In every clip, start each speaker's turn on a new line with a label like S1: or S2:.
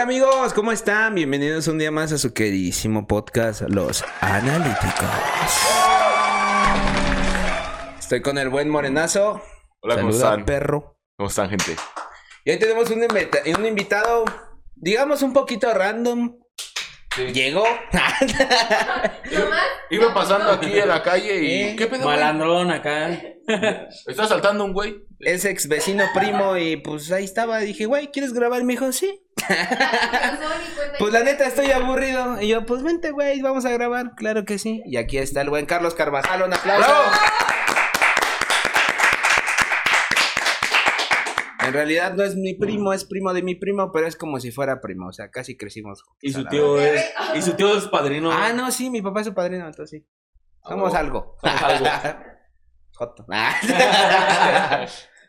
S1: amigos? ¿Cómo están? Bienvenidos un día más a su queridísimo podcast, Los Analíticos. Estoy con el buen morenazo.
S2: Hola, ¿cómo
S1: Saluda,
S2: están?
S1: perro.
S2: ¿Cómo están, gente?
S1: Y hoy tenemos un, invita- un invitado, digamos un poquito random. Llegó.
S3: Nomás,
S2: Iba pasando aquí a la calle y.
S1: ¿Eh?
S2: ¿Qué pedo? güey?
S4: Malandrón acá.
S2: Está saltando un güey.
S1: es ex vecino primo y pues ahí estaba. Dije, güey, ¿quieres grabar? Me dijo, sí.
S3: pasó ni cuenta.
S1: Pues la neta, estoy aburrido. Y yo, pues vente, güey, vamos a grabar. Claro que sí. Y aquí está el buen Carlos Carvajal. Un aplauso.
S2: ¡Bravo!
S1: En realidad no es mi primo, es primo de mi primo, pero es como si fuera primo. O sea, casi crecimos. juntos,
S4: Y
S1: a
S4: su
S1: la
S4: tío
S3: verdad.
S4: es. Y su tío es padrino.
S1: Ah, no, sí, mi papá es su padrino, entonces sí. Somos
S2: Ah,
S1: algo.
S4: Oh. Somos algo.
S1: Joto. Ah.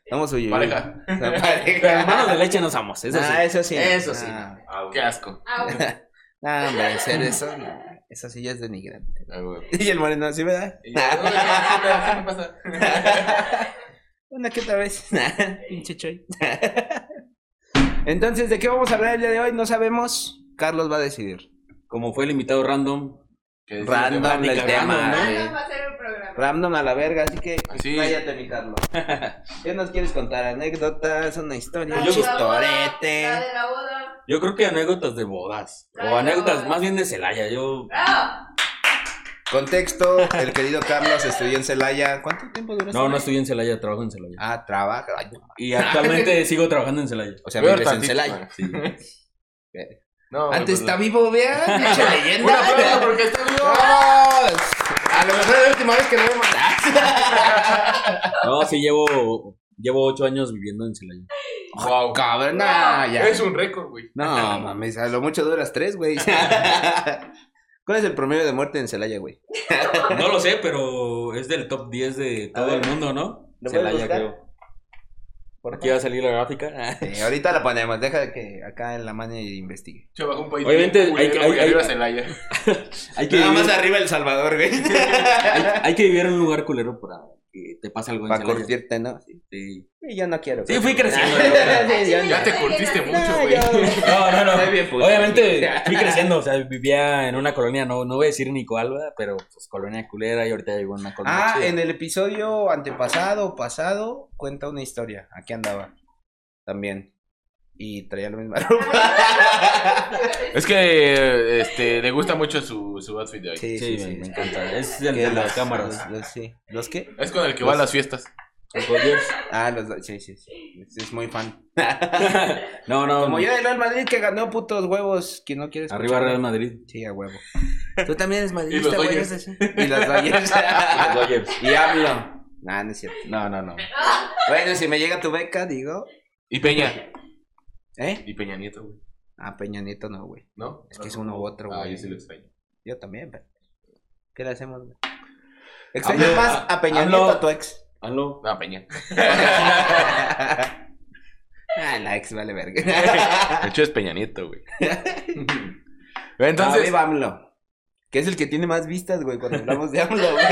S1: Somos suyo.
S2: Pareja.
S4: Pero hermanos de leche no somos, eso sí.
S1: Ah, eso sí.
S2: Eso sí.
S1: Ah,
S2: Ah, güey. Qué asco.
S3: Ah, bueno.
S1: No, hombre, hacer eso, no. Eso sí ya es denigrante.
S2: Ah, güey.
S1: Y el moreno, ¿sí, verdad?
S2: Y yo, "Oye, ¿Qué me pasa?
S1: Una que otra vez. Pinche choy. Entonces, ¿de qué vamos a hablar el día de hoy? No sabemos. Carlos va a decidir.
S4: Como fue el invitado random.
S2: Que sí,
S4: Random.
S1: Random el
S4: Random,
S1: tema.
S4: ¿no?
S1: sí.
S3: Random va a ser el programa.
S1: Random a la verga, así que
S2: Así es.
S1: cállate, mi Carlos. ¿Qué nos quieres contar? ¿Anécdotas? ¿Una historia?
S3: La
S1: ¿Un
S4: Yo-
S3: de la boda,
S1: chistorete?
S3: Ah, La de la boda.
S4: Yo creo que anécdotas de bodas.
S1: Ah,
S3: Ay,
S4: o anécdotas
S3: bodas.
S4: más bien de Celaya. Yo.
S3: ¡Bravo!
S1: Contexto, el querido Carlos estudió en Celaya. ¿Cuánto tiempo duraste?
S4: No, no estoy en Celaya, trabajo en Celaya.
S1: Ah, trabaja. Ay, no.
S4: Y actualmente sigo trabajando en Celaya.
S1: O sea,
S2: Veo el
S1: vives en
S2: tantito,
S1: Celaya.
S2: güey. No, güey,
S1: Antes
S2: pues,
S1: está vivo, vean. Pinche
S2: Un
S1: leyenda.
S2: aplauso porque está vivo.
S1: ¡Vamos! A lo mejor es la última vez que lo vemos.
S4: No, sí llevo. Llevo ocho años viviendo en Celaya.
S2: Wow.
S1: Cabrón, no, ya.
S2: Es un récord, güey.
S1: No, mames, a lo mucho duras tres, güey. ¿Cuál es el promedio de muerte en Celaya, güey?
S4: No lo sé, pero es del top 10 de
S1: A
S4: todo
S1: ver.
S4: el mundo, ¿no?
S1: ¿Lo puedes
S4: Celaya,
S1: buscar?
S4: creo. Aquí va a salir la gráfica.
S1: Eh, ahorita la ponemos, deja que acá en la mano investigue.
S2: Se bajó un país.
S4: Obviamente,
S2: bien culero,
S4: hay que- hay-
S2: güey,
S4: hay-
S2: arriba Celaya.
S4: Hay que,
S1: Nada más
S4: vivir,
S1: arriba El Salvador, güey.
S4: hay, hay que vivir en un lugar culero para que te pase algo en
S1: Para
S4: Celaya.
S1: curtirte, ¿no? Sí,
S4: Sí.
S1: Sí, yo no quiero.
S4: Sí, fui creciendo,
S1: Sí,
S4: yo-
S1: yo no.
S2: Ya te curtiste mucho, güey.
S4: No, no, no.
S1: Estoy bien pues, puto.
S4: Obviamente fui creciendo, o sea, vivía en una colonia, no, no voy a decir ni cuál, ¿verdad? pero pues colonia culera y ahorita vivo en una colonia
S1: Ah,
S4: chida.
S1: en el episodio antepasado, pasado, cuenta una historia. Aquí andaba. También. Y traía la misma ropa.
S2: Es que este, le gusta mucho su, su outfit de hoy.
S1: Sí,
S4: Sí,
S1: sí,
S4: me,
S1: sí.
S4: me encanta, es el
S1: Que
S4: de las cámaras.
S1: Los, los- sí. ¿Los qué?
S2: Es con el
S1: Pues
S2: que va a las fiestas.
S4: Los Dodgers.
S1: Ah, los dos. Sí, sí, sí. Es, es muy fan.
S4: No, no,
S1: Como yo del Real Madrid que ganó putos huevos. Que no quieres.
S4: arriba Real Madrid.
S1: Sí, a huevo. Tú también eres
S2: Y los
S1: madridista, güey.
S2: Dodgers.
S1: ¿no es así? Y los Dodgers. Ah,
S4: Los Dodgers.
S1: y hablo. Nah, no es cierto.
S4: No, no, no.
S1: Bueno, si me llega tu beca, digo.
S2: Y Peña.
S1: ¿Eh?
S2: Y Peña Nieto, güey.
S1: Ah, Peña Nieto no, güey.
S2: ¿No?
S1: Es que es uno u otro,
S2: Ah,
S1: güey.
S2: yo sí lo extraño.
S1: Yo también, pero... ¿Qué le hacemos? güey? Extrañas
S4: Hablo-
S1: más a Peña
S4: hablo-
S1: Nieto a tu ex.
S4: Aló.
S2: No, Peña.
S1: ah, la ex vale verga.
S2: El hecho es Peña Nieto, güey.
S1: Entonces,
S2: Entonces.
S1: viva AMLO. Que es el que tiene más vistas, güey, cuando hablamos de AMLO, güey.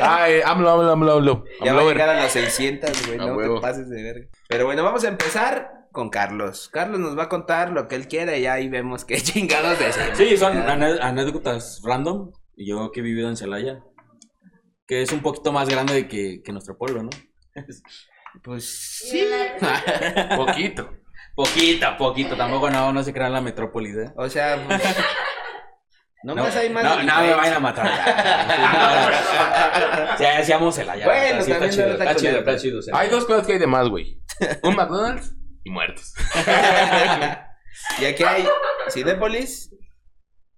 S2: Ah, eh, AMLO, AMLO, AMLO, AMLO.
S1: Ya va a
S2: AMLOver.
S1: llegar a las 600, güey,
S2: A
S1: no te
S2: huevo.
S1: pases de verga. Pero bueno, vamos a empezar con Carlos. Carlos nos va a contar lo que él quiera y ahí vemos qué chingados decimos.
S4: Sí, son ane- anécdotas random. Y yo que he vivido en Celaya, que es un poquito más grande que, que nuestro pueblo, ¿no?
S1: Pues
S3: Y
S1: sí.
S3: la-
S2: Poquito.
S4: Poquito, poquito, tampoco no, no se crean la metrópolis, ¿eh?
S1: o sea, pues, nomás hay más
S4: no,
S1: de
S4: no me
S1: 16.
S4: vayan a matar. ya decíamos el allá.
S1: Bueno,
S4: sí, está
S1: también
S4: chido,
S1: no está
S4: está chido,
S1: culero.
S4: está chido. Celaya.
S2: Hay dos cosas que hay de más, güey. Un McDonald's y muertos.
S1: Y aquí hay Cinépolis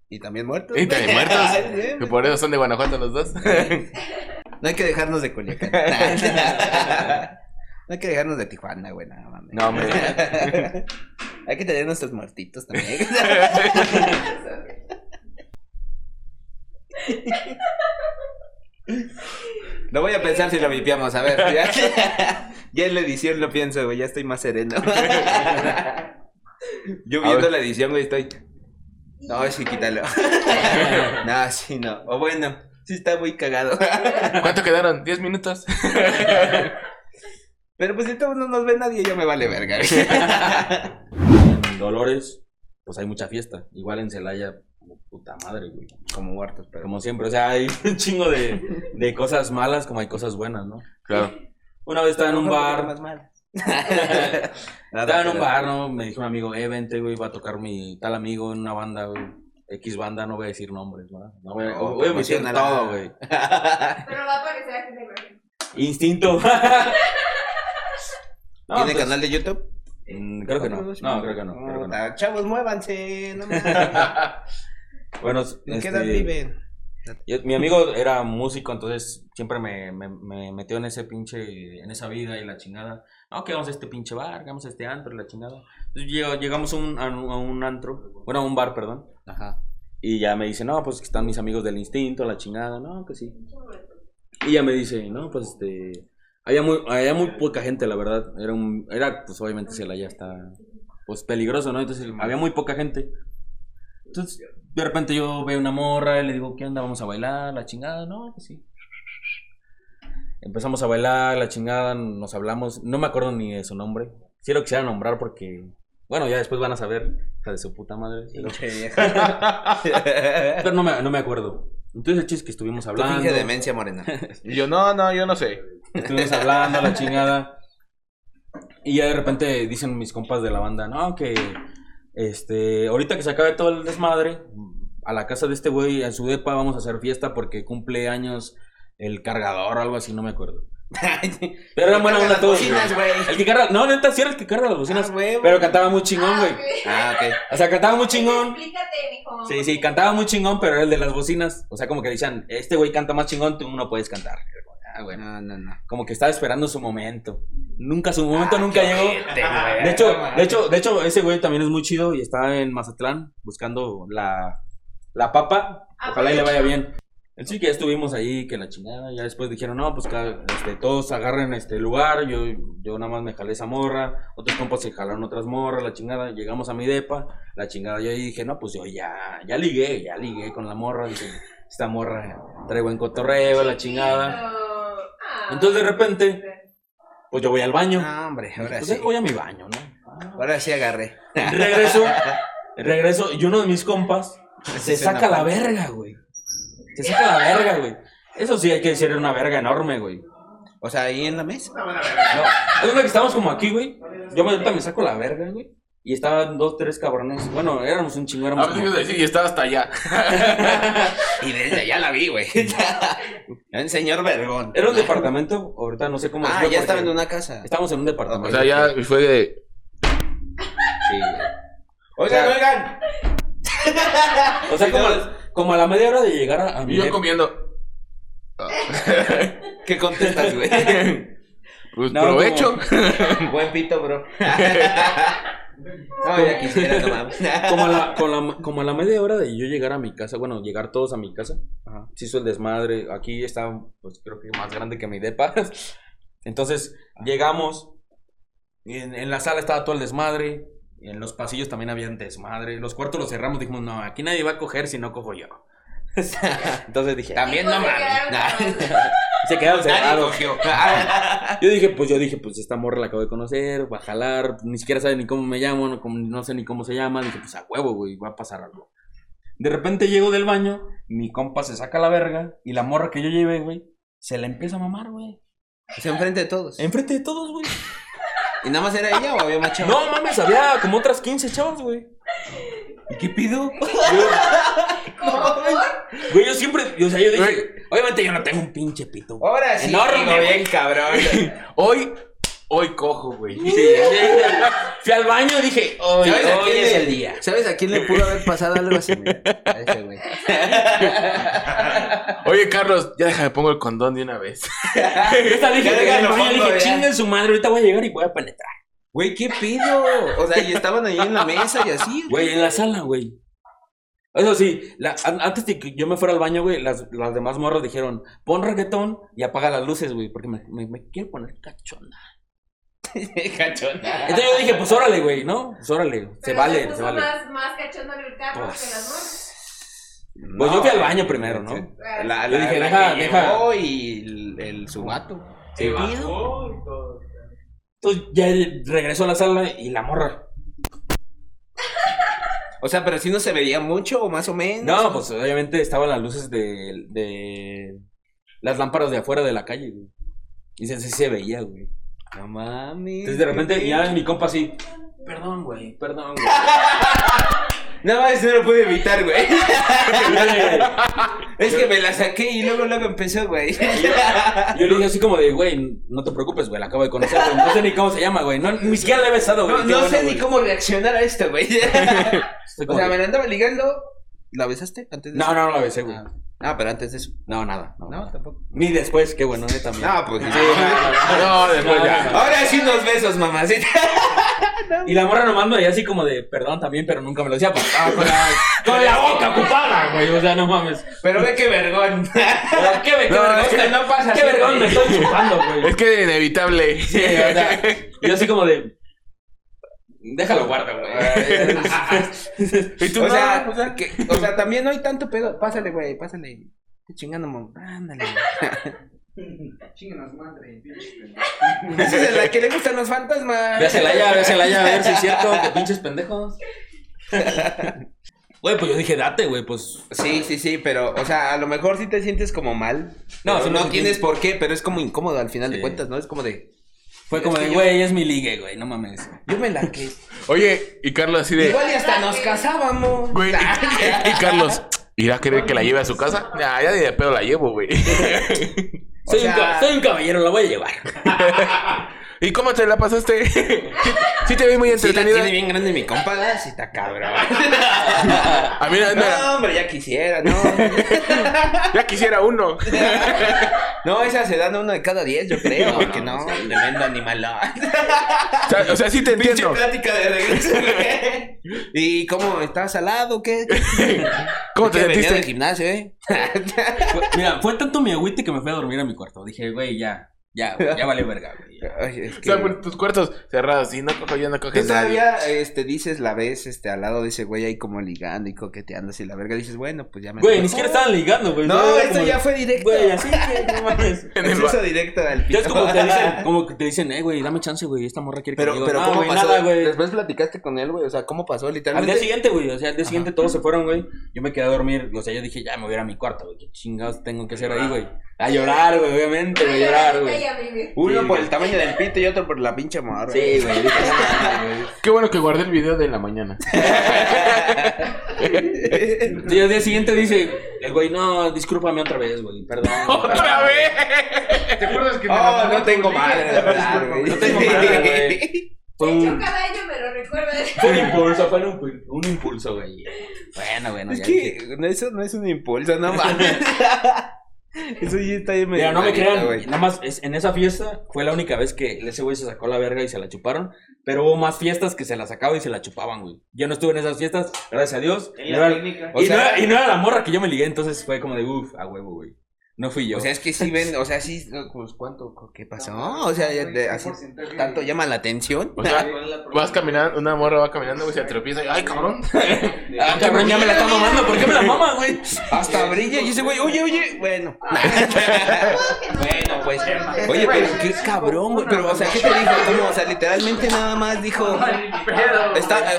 S1: y también muertos.
S2: Y también muertos.
S1: Ay, bien.
S2: Que por eso son de Guanajuato los dos.
S1: No hay que dejarnos de Culiacán. No hay que dejarnos de Tijuana, güey, nada mames.
S4: No, hombre.
S1: Hay que tener nuestros muertitos también. No voy a pensar si lo vipiamos, a ver. Ya, ya en la edición lo pienso, güey, ya estoy más sereno. Yo
S2: A
S1: viendo
S2: ver.
S1: la edición, güey, estoy. No, sí, quítalo. No, sí, no. O bueno, sí está muy cagado.
S2: ¿Cuánto quedaron? ¿10 minutos?
S1: Pero pues si todo no nos ve nadie, ya me vale verga. güey.
S4: Dolores, pues hay mucha fiesta. Igual en Celaya, como puta madre, güey.
S1: Como muertos, pero.
S4: Como siempre, o sea, hay un chingo de, de cosas malas como hay cosas buenas, ¿no?
S2: Claro.
S4: Una vez estaba en un bar, estaba
S1: Nada,
S4: en un
S1: pero-
S4: bar, ¿no? Me dijo un amigo, eh, vente, güey, va a tocar mi tal amigo en una banda, güey. X banda, no voy a decir nombres, ¿verdad? No voy a,
S1: No,
S4: voy a omitir
S1: promocionala.
S4: todo, güey.
S3: Pero va a aparecer aquí en el gráfico.
S4: Instinto. No,
S1: ¿Tiene
S4: pues,
S1: canal de YouTube?
S4: mm, creo que no. No, creo que no. creo que no.
S1: puta, Chavos, muévanse. No mames.
S4: Bueno,
S1: ¿En qué
S4: este,
S1: edad viven?
S4: yo- mi amigo era músico, entonces siempre me, me- me metió en ese pinche, en esa vida y la chingada. No, que vamos a este pinche bar, que vamos a este antro y la chingada. Entonces, llegó- llegamos a un, a un- a un antro, bueno, a un bar, perdón.
S1: Ajá.
S4: Y ya me dice, no, pues que están mis amigos del instinto, la chingada, no, que sí. Y ya me dice, no, pues este. Había muy, había muy poca gente, la verdad. Era, un, era pues obviamente Celaya está. Pues peligroso, ¿no? Entonces había muy poca gente. Entonces, de repente yo veo una morra y le digo, ¿qué onda? Vamos a bailar, la chingada, no, pues sí. Empezamos a bailar, la chingada, nos hablamos. No me acuerdo ni de su nombre. Sí lo quisiera nombrar porque. Bueno, ya después van a saber. Hija de su puta madre.
S1: Pinche vieja.
S4: Pero no me, no me acuerdo. Entonces el chiste es que estuvimos
S1: Tú
S4: hablando.
S1: finge demencia, morena.
S2: Y yo, no, no, yo no sé.
S4: Estuvimos hablando, la chingada. Y ya de repente dicen mis compas de la banda, no, que este, ahorita que se acabe todo el desmadre, a la casa de este güey, en su depa, vamos a hacer fiesta porque cumple años el cargador o algo así, no me acuerdo. Pero era buena onda
S1: las
S4: todos.
S1: bocinas,
S4: güey.
S1: güey.
S4: El que carga, no, neta, sí era el que carga las bocinas.
S1: Ah, huevo.
S4: Pero cantaba muy chingón, güey.
S1: Ah, ok.
S4: O sea, cantaba muy chingón.
S3: Explícate, mijo.
S4: Sí, sí, cantaba muy chingón, pero era el de las bocinas. O sea, como que decían, este güey canta más chingón, tú no puedes cantar. Ah, bueno.
S1: No, no, no.
S4: Como que estaba esperando su momento. Nunca, su momento nunca llegó.
S1: Te- güey.
S4: De hecho, de hecho, de hecho, ese güey también es muy chido y está en Mazatlán buscando la, la papa. Ojalá y le vaya bien. El sí que ya estuvimos ahí, que la chingada, ya después dijeron, no, pues cada- este, todos agarren este lugar, yo, yo nada más me jalé esa morra, otros compas se jalaron otras morras, la chingada, llegamos a mi depa, la chingada, yo ahí dije, no, pues yo ya, ya ligué, ya ligué con la morra, dije, esta morra trae buen cotorreo, la chingada.
S3: Ah.
S4: Entonces, de repente, Pues yo voy al baño.
S1: No, hombre, Ah, ahora
S4: Pues
S1: sí.
S4: voy a mi baño, ¿no?
S1: Ahora sí agarré.
S4: Regreso, regreso, y uno de mis compas se
S1: es una
S4: saca la
S1: falta.
S4: verga, güey. Se saca la verga, güey. Eso sí hay que decir, era una verga enorme, güey.
S1: O sea, ahí en la mesa.
S4: No, es una que estábamos como aquí, güey. Yo me, ahorita me saco la verga, güey. Y estaban dos, tres cabrones. Bueno, éramos un chingo, éramos
S2: pues, A ver,
S4: como-
S2: decir, y estaba hasta allá.
S1: Y desde allá la vi, güey. El señor Vergón.
S4: Era un departamento, ahorita no sé cómo.
S1: Ah,
S4: fue
S1: ya estaba en
S4: porque
S1: una casa.
S4: Estábamos en un departamento.
S2: O sea, ya fue de.
S4: Sí, güey.
S1: Oigan,
S4: Ya.
S1: oigan.
S4: O sea, como, como a la media hora de llegar a, a mi
S2: Y yo
S4: depa-
S2: comiendo.
S1: ¿Qué contestas, güey?
S2: Pues
S4: No,
S2: provecho.
S1: Buen pito, bro. No, ya quisiera, no mames.
S4: como a, la, con la- como a la media hora de yo llegar a mi casa, bueno, llegar todos a mi casa, se hizo el desmadre. Aquí está, pues creo que más grande que mi depa. Entonces llegamos, y en, en la sala estaba todo el desmadre, y en los pasillos también habían desmadre. Los cuartos los cerramos, dijimos, no, aquí nadie va a coger si no cojo yo. Entonces dije, "Ah".
S1: También no
S3: Pues se
S1: mames.
S3: quedaron
S1: Nah.
S4: se quedaron
S1: Nadie
S4: cerrados.
S1: cogió.
S4: Yo dije, pues yo dije, pues esta morra la acabo de conocer, va a jalar, ni siquiera sabe ni cómo me llamo, no, como- no sé ni cómo se llama. Dije, pues a huevo, güey, va a pasar algo. De repente llego del baño, mi compa se saca la verga y la morra que yo llevé, güey, se la empieza a mamar, güey.
S1: Se enfrente de todos.
S4: Enfrente de todos, güey.
S1: ¿Y nada más era ella o había más chavos?
S4: No mames, había como otras 15 chavas, güey.
S1: ¿Y qué pido?
S4: Güey, yo siempre, yo, o sea, yo dije,
S2: Güey.
S4: obviamente yo no tengo un pinche pito. güey.
S1: Ahora sí.
S4: Enorme,
S1: digo,
S4: güey.
S1: bien cabrón.
S2: Hoy, hoy cojo, güey.
S4: Fui al baño y dije, hoy,
S1: ¿Sabes a
S4: hoy
S1: quién
S4: es
S1: le-
S4: el día.
S1: ¿Sabes a quién le pudo haber pasado algo así? Mira, a ese güey.
S2: Oye, Carlos, ya déjame pongo el condón de una vez.
S4: Esta dije,
S1: Ya
S4: güey,
S1: déjalo,
S4: yo
S1: pongo,
S4: dije,
S1: ya.
S4: chingue su madre, ahorita voy a llegar y voy a penetrar.
S1: Güey, ¿qué pido? O sea, y estaban ahí en la mesa y así.
S4: Güey, en la sala, güey. Eso sí, la- an- antes de que yo me fuera al baño, güey, las, las demás morras dijeron, pon reggaetón y apaga las luces, güey, porque me, me- me quiero poner cachona.
S1: Cachona.
S4: Entonces yo dije, pues órale, güey, ¿no? Pues órale, se
S3: Pero
S4: vale,
S3: puso
S4: se vale.
S3: Más, más cachondo el carro que las
S4: Pues, pues yo fui al baño primero, ¿no?
S3: morras.
S1: La,
S4: Yo
S1: la-
S4: dije,
S1: la
S4: deja,
S1: que
S4: deja.
S1: llegó y el, el subato. ¿Qué pido?
S4: Entonces ya regresó a la sala y la morra.
S1: O sea, pero si no se veía mucho, o más o menos.
S4: No, pues obviamente estaban las luces de, de las lámparas de afuera de la calle, güey. Y se, se, se veía, güey.
S1: No mames.
S4: Entonces de repente ya mi compa así, perdón, güey, perdón, güey.
S1: Nada más no lo pude evitar, güey. es que me la saqué y luego luego empezó, güey.
S4: Yo le dije así como de, güey, no te preocupes, güey, la acabo de conocer, güey. No sé ni cómo se llama, güey. No, ni siquiera la he besado, güey.
S1: No,
S4: Qué
S1: no
S4: bueno,
S1: sé
S4: güey.
S1: ni cómo reaccionar a esto, güey.
S4: Estoy
S1: o
S4: como
S1: sea,
S4: de-
S1: me la andaba ligando. ¿La besaste antes de
S4: No,
S1: eso?
S4: no, no la besé, güey.
S1: Ah, Ah, pero antes de eso.
S4: No, nada. No,
S1: No,
S4: nada.
S1: tampoco.
S4: Ni después, qué bueno, eh, también.
S1: No, pues.
S2: No, después ya.
S1: Ahora sí unos besos, mamacita.
S4: Y la morra nomás me veía así como de, perdón también, pero nunca me lo decía. pues, estaba con, la, con la boca ocupada, güey. O sea, no mames.
S1: Pero ve qué vergón.
S4: Pero Qué, ve- qué
S2: No,
S4: vergüenza,
S2: es que
S1: no pasa
S4: Qué
S1: siempre.
S4: vergüenza me estoy chupando, güey.
S2: Es que inevitable.
S4: Sí, o sea, yo así como de, déjalo guarda, güey.
S2: ¿Y tú
S1: O
S2: no?
S1: sea, que- o sea, también no hay tanto pedo. Pásale, güey, pásale. Te chingando, mamá. Ándale. Chinganos, madre. Esa es la que le gustan los fantasmas.
S4: Vésela ya, vésela ya, a ver si es cierto, que pinches pendejos. Güey, pues yo dije, date, güey, pues.
S1: Sí, sí, sí, pero, o sea, a lo mejor sí te sientes como mal.
S4: No,
S1: No,
S4: sí me
S1: no
S4: sentí-
S1: tienes por qué, pero es como incómodo al final
S4: Sí.
S1: de cuentas, ¿no? Es como de,
S4: Fue como de, güey, es mi ligue, güey, no mames.
S1: yo me la que.
S2: Oye, y Carlos así de.
S1: Igual y hasta nos casábamos. Ah,
S2: Güey, y, y Carlos. ¿Irá a querer que la lleve a su casa? Nah, ya ni de pedo la llevo, güey.
S1: O
S4: Soy,
S1: sea-
S4: un, ca- soy un caballero, la voy a llevar.
S2: ¿Y cómo te la pasaste? ¿Sí, sí te vi muy
S1: Sí, la
S2: entretenida.
S1: tiene bien grande mi compa, si está cabrón.
S2: A mí, no,
S1: No, hombre, ya quisiera, no.
S2: ya quisiera uno.
S1: No, esa se dan uno de cada diez, yo creo, porque no,
S4: sí.
S1: tremendo animal.
S2: O sea, o sea, sí te
S1: Pinche
S2: entiendo.
S1: plática de regreso, güey. ¿Y cómo? ¿Estás salado o qué?
S2: ¿Cómo te
S1: Es que venía del
S2: sentiste?
S1: gimnasio, eh?
S4: Fue- mira, fue tanto mi agüite que me fui a dormir a mi cuarto. Dije, güey, ya, ya, güey, ya vale verga, güey. ya".
S1: Ay, es
S2: O
S1: que-
S2: sea, por tus cuartos cerrados. Si no cojo yo, no
S1: Que
S2: coges nadie.
S1: todavía este, dices, la ves este, al lado de ese güey ahí como ligando y coqueteando así la verga. Dices, bueno, pues ya me.
S4: Güey, ni siquiera estaban ligando, güey.
S1: No,
S4: Era
S1: esto
S4: como-
S1: ya fue directo.
S4: Güey, así que no mames.
S2: En
S1: Es
S2: el ba-
S1: eso directo al
S4: Ya es
S1: pito.
S4: como que te dicen, como que te dicen, eh, güey, dame chance, güey, esta morra quiere que
S1: Pero,
S4: conmigo".
S1: pero
S4: No,
S1: ¿cómo
S4: güey,
S1: pasó? Pues,
S4: nada, güey.
S1: Después platicaste con él, güey. O sea, ¿cómo pasó?
S4: Al día
S1: Literalmente.
S4: siguiente, güey, o sea, al día siguiente todos se fueron, güey. Yo me quedé a dormir, o sea, yo dije, ya me voy a ir a mi cuarto, güey, qué chingados tengo que hacer ahí, güey. A llorar, güey, obviamente, güey, a llorar, güey.
S1: Uno
S4: Sí,
S1: por
S4: güey.
S1: el tamaño del pito y otro por la pinche morra.
S4: Sí, güey, dije, "No mames, güey".
S2: Qué bueno que guardé el video de la mañana.
S4: Y al día siguiente dice, el güey, no, discúlpame otra vez, güey, perdón.
S2: ¡Otra vez!
S5: ¿Te acuerdas que
S1: Oh, no tengo madre, la verdad, güey.
S4: No tengo madre, güey. Fue
S3: De hecho,
S4: un,
S3: cada año me lo recuerda.
S4: fue un impulso, fue un, impul- un impulso, güey. Bueno, bueno,
S1: Es
S4: ya
S1: que
S4: dije.
S1: eso no es un impulso, no mames. Eso ya está bien
S4: Mira, no me
S1: meditadito,
S4: crean,
S1: güey.
S4: nada más es- en esa fiesta fue la única vez que ese güey se sacó la verga y se la chuparon, pero hubo más fiestas que se la sacaba y se la chupaban, güey. Yo no estuve en esas fiestas, gracias a Dios. Y
S5: En la
S4: no era-
S5: técnica.
S1: O
S4: y,
S1: sea-
S4: no era, y no era la morra que yo me ligué, entonces fue como de, uff, a huevo, güey. No fui yo.
S1: O sea, es que sí ven, o sea, sí, pues, ¿cuánto? ¿Qué pasó? o sea, ya te- así, ¿tanto llama la atención?
S4: Pues,
S2: O sea, vas caminando, una morra va caminando, güey, se tropieza. y, ¡Ay, cabrón!
S4: ah, cabrón, ya me la está mamando, ¿por qué me la mama, güey?
S1: Hasta brilla y dice, güey, oye, oye, bueno.
S3: Ah, Bueno,
S1: pues, Oye, pero qué cabrón, güey. Pero, o sea, ¿qué te dijo? ¿Cómo? O sea, literalmente nada más dijo. Está, eh,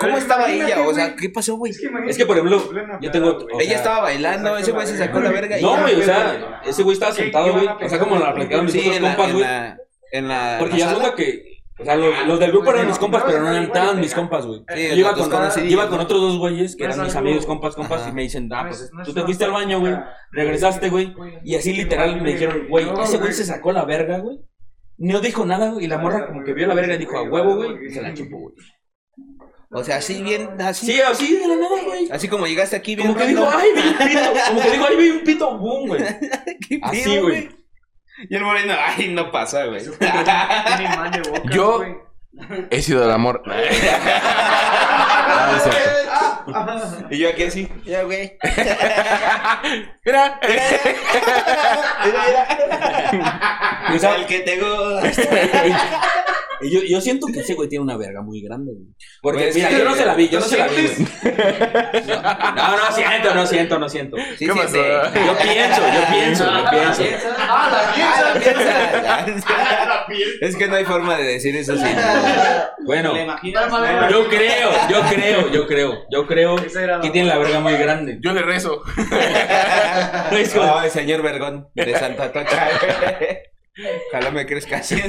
S1: ¿Cómo estaba ella? O sea, ¿qué pasó, güey?
S4: Es que, por ejemplo, yo tengo... o
S1: Ella
S4: sea,
S1: estaba bailando, Ah, ese güey se sacó la verga y.
S4: No, güey, o sea, ese güey estaba sentado, güey. O sea, como la platicaban mis
S1: Sí,
S4: otros
S1: en la.
S4: compas,
S1: En
S4: güey.
S1: la, en la
S4: Porque
S1: en la
S4: ya
S1: sala.
S4: suena que. O sea, los, los del grupo eran mis compas, pero no eran mis compas, güey. Yo iba
S1: los
S4: con, yo
S1: conocidillos,
S4: iba con
S1: ¿no?
S4: otros dos güeyes que
S5: No es
S4: eran mis
S5: algo-
S4: amigos, compas, compas,
S1: Ajá.
S4: y me dicen, ah, pues tú te fuiste al baño, güey. Regresaste, güey. Y así literal me dijeron, güey, ese güey se sacó la verga, güey. No dijo nada, güey. Y la morra como que vio la verga y dijo, a huevo, güey. Y se la chupó, güey.
S1: O sea, así bien, así.
S4: Sí, así de la nada, güey.
S1: Así como llegaste aquí bien.
S4: Como que dijo,
S1: random.
S4: ay, vi un pito. Como que dijo, ay, vi un pito, boom, güey.
S1: ¿Qué
S4: así,
S1: pedo,
S4: güey.
S1: Y el moreno, ay, no pasa, güey.
S2: Yo- He sido el amor. Ah, no es cierto.
S1: Y yo aquí así. Ya, güey.
S2: Mira,
S1: Mira, mira.
S4: Y, o sea,
S1: el que te gusta.
S4: Y yo, yo siento que ese güey tiene una verga muy grande, güey. Porque,
S1: Pues,
S4: mira,
S1: sí.
S4: yo no se la vi, yo no se la vi, güey.
S2: ¿Sientes?
S4: No, no siento, no siento, no siento.
S1: Sí,
S2: ¿Qué
S1: sí,
S2: pasó?
S1: sí.
S4: Yo pienso, yo pienso, yo pienso.
S5: Ah, la
S1: Ah, la
S5: piensa.
S1: piensa.
S5: Ah, la piensa.
S1: Es que no hay forma de decir eso sin.
S4: Bueno,
S6: ¿Le imaginas?
S5: Normal.
S4: yo creo, yo creo, yo creo, yo creo que tiene la verga muy grande.
S2: Yo le rezo.
S4: Hijo de-
S1: Ay, señor Vergón de Santa Tocha. Ojalá me crezca así.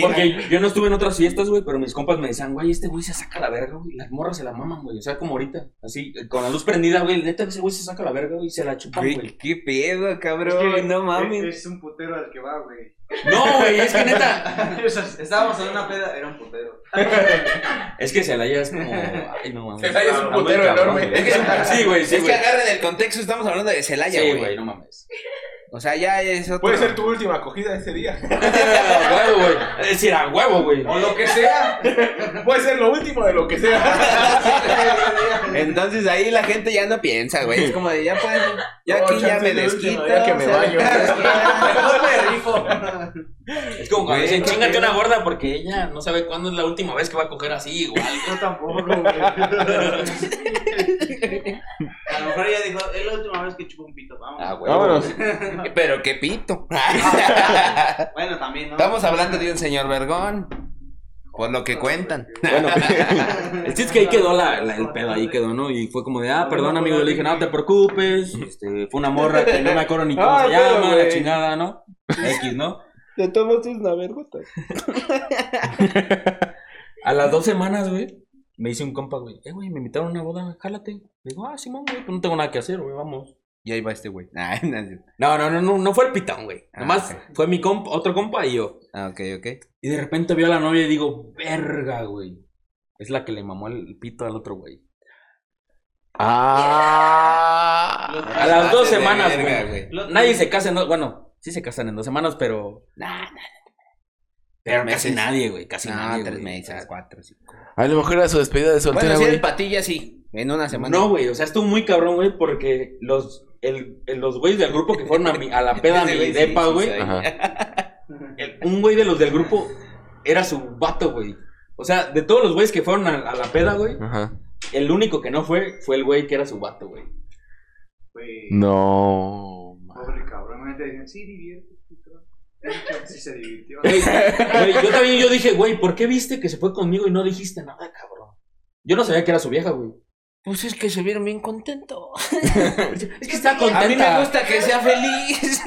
S4: Porque yo no estuve en otras fiestas, güey, pero mis compas me decían, güey, este güey se saca la verga, güey. Las morras se la maman, güey. O sea, como ahorita, así, eh, con la luz prendida, güey. Neta, ese güey se saca la verga, güey, y se la chupa, güey.
S1: Güey, qué pedo,
S6: Es
S1: cabrón.
S6: que
S1: no mames.
S6: Es, es un putero al que va, güey.
S4: No, güey, es que neta.
S6: Esas-
S5: Estábamos en una peda, era un putero.
S4: Es que se la es como. Ay, no mames.
S2: Celaya es un
S4: Está muy
S2: putero
S4: cabrón,
S2: enorme.
S4: güey. Sí, güey, sí,
S1: es que
S4: güey.
S1: agarren el contexto, estamos hablando de Celaya,
S4: Sí,
S1: güey.
S4: güey, no mames.
S1: o sea, ya es otro.
S2: Puede ser tu última acogida ese día.
S4: A huevo, güey. Es decir, a huevo, güey.
S5: O lo que sea.
S2: Puede ser lo último de lo que sea.
S1: Entonces ahí la gente ya no piensa, güey. Es como de ya pues, ya
S2: No,
S1: aquí ya
S2: chance
S1: me
S2: es el último,
S1: desquito.
S2: ya que me
S1: o sea,
S2: baño.
S5: Mejor me rifo.
S4: Es como cuando
S1: Güey,
S4: dicen,
S1: no,
S4: chingate una gorda porque ella no sabe cuándo es la última vez que va a coger así, güey.
S6: Yo tampoco, güey.
S5: A lo mejor ella dijo, es la última vez que chupo un pito, vamos.
S4: Ah, güey.
S2: Vámonos.
S1: Pero qué pito.
S5: Bueno, también, ¿no?
S1: Estamos hablando de un señor Vergón. Por lo que cuentan.
S4: Bueno, el chiste es que ahí quedó la, la- el pedo, ahí quedó, ¿no? Y fue como de, ah, perdón, amigo. Le dije, no te preocupes. Este, fue una morra que no me acuerdo ni cómo
S2: Ah,
S4: se
S2: pero,
S4: llama, la
S2: güey.
S4: chingada, ¿no? X, ¿no?
S2: Te tomaste una vergota.
S4: A las dos semanas, güey, me hice un compa, güey. Eh, güey, me invitaron a una boda, jálate. Le digo, ah, Simón, güey, pues no tengo nada que hacer, güey, vamos.
S1: Y ahí va este güey. Ah, no, no.
S4: No, no, no, no, no fue el pitón, güey.
S1: Ah,
S4: Nomás
S1: ok.
S4: fue mi compa, otro compa y yo.
S1: Ah, ok, ok.
S4: Y de repente veo a la novia y digo, verga, güey. Es la que le mamó el pito al otro güey.
S2: Ah.
S4: A las dos
S1: Pases de
S4: semanas,
S1: verga,
S4: güey. Nadie se casa en dos, bueno, sí se casan en dos semanas, pero... Nah, nah. Pero
S1: Meses.
S4: casi nadie, güey, casi nadie.
S1: No, tres
S4: güey.
S1: meses, cuatro, cinco.
S2: A lo mejor era su despedida de
S1: Bueno,
S2: soltera,
S1: si
S2: güey.
S1: el patilla sí. En una semana.
S4: No, güey, o sea, estuvo muy cabrón, güey, porque los, el, el- los güeyes del grupo que fueron a, mi- a la peda a
S1: Ese
S4: mi
S1: güey sí,
S4: depa,
S1: sí,
S4: güey,
S1: sí.
S2: Ajá.
S4: el- un güey de los del grupo era su vato, güey. O sea, de todos los güeyes que fueron a, a la peda, güey,
S2: Ajá.
S4: el único que no fue fue el güey que era su vato, güey.
S6: Güey,
S2: No.
S6: Pobre cabrón, neta, dicen, sí, diviértete. cabrón". Sí, se divirtió.
S4: Güey, güey, yo también yo dije, güey, ¿por qué viste que se fue conmigo y no dijiste nada, cabrón? Yo no sabía que era su vieja, güey.
S1: Pues es que se vieron bien contentos.
S4: Es que está
S1: A mí me
S4: contenta.
S1: gusta que sea feliz.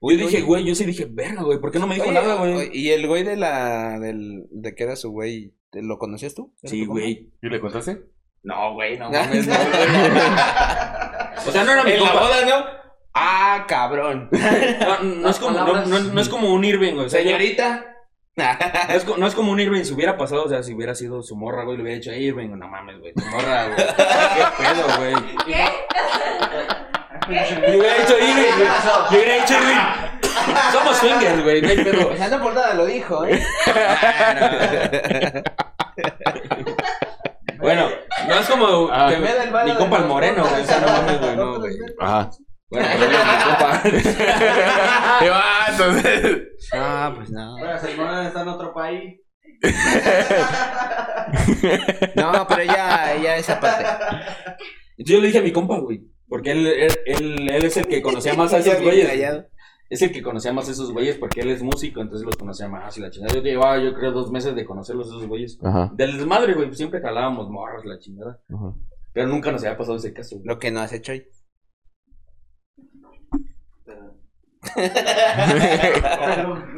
S4: Yo dije, güey, yo sí dije, verga, güey, ¿por qué no me dijo
S1: Oye,
S4: nada, güey?
S1: oye, Y el güey de la. Del, de que era su güey. ¿te- ¿Lo conocías tú? ¿Era
S4: Sí,
S1: tu compa?
S4: güey.
S2: ¿Y le contaste?
S4: No, güey, no
S1: No.
S4: mames, no, güey. O sea, no era mi
S1: En la
S4: compa.
S1: boda, ¿no? Ah, cabrón.
S4: No, no es como, no, no- no es como un Irving, güey. O sea, yo-
S1: Señorita.
S4: no, es, co- no es como un Irving. Si hubiera pasado, o sea, si hubiera sido su morra, güey, le hubiera dicho, "Ey, Irving, no mames, güey, tu morra, güey. ¿Qué pedo, güey?
S3: ¿Qué?
S4: Le hubiera dicho Irving, güey. Le hubiera dicho Irving. Somos swingers, güey, no hay pedo.
S1: O sea, no por nada lo dijo, ¿eh?
S4: Bueno, no es como
S2: Ah.
S4: que me da el varo mi compa el moreno, güey. O sea, no mames, güey, no, güey.
S2: Ajá.
S4: Bueno, no, mi compa.
S2: Te va, entonces.
S1: Ah, pues no.
S5: Bueno, Simón está en otro país.
S1: No, pero ya, ya esa parte.
S4: Yo le dije a mi compa, güey. Porque él, él, él, él es el que conocía más a esos güeyes.
S1: Callado.
S4: Es el que conocía más a esos güeyes porque él es músico, entonces los conocía más y la chingada. Yo llevaba, yo creo, dos meses de conocerlos esos güeyes.
S2: Ajá.
S4: Del desmadre, güey, siempre jalábamos morras, la chingada.
S2: Ajá.
S4: Pero nunca nos había pasado ese caso, güey.
S1: Lo que no has hecho hoy.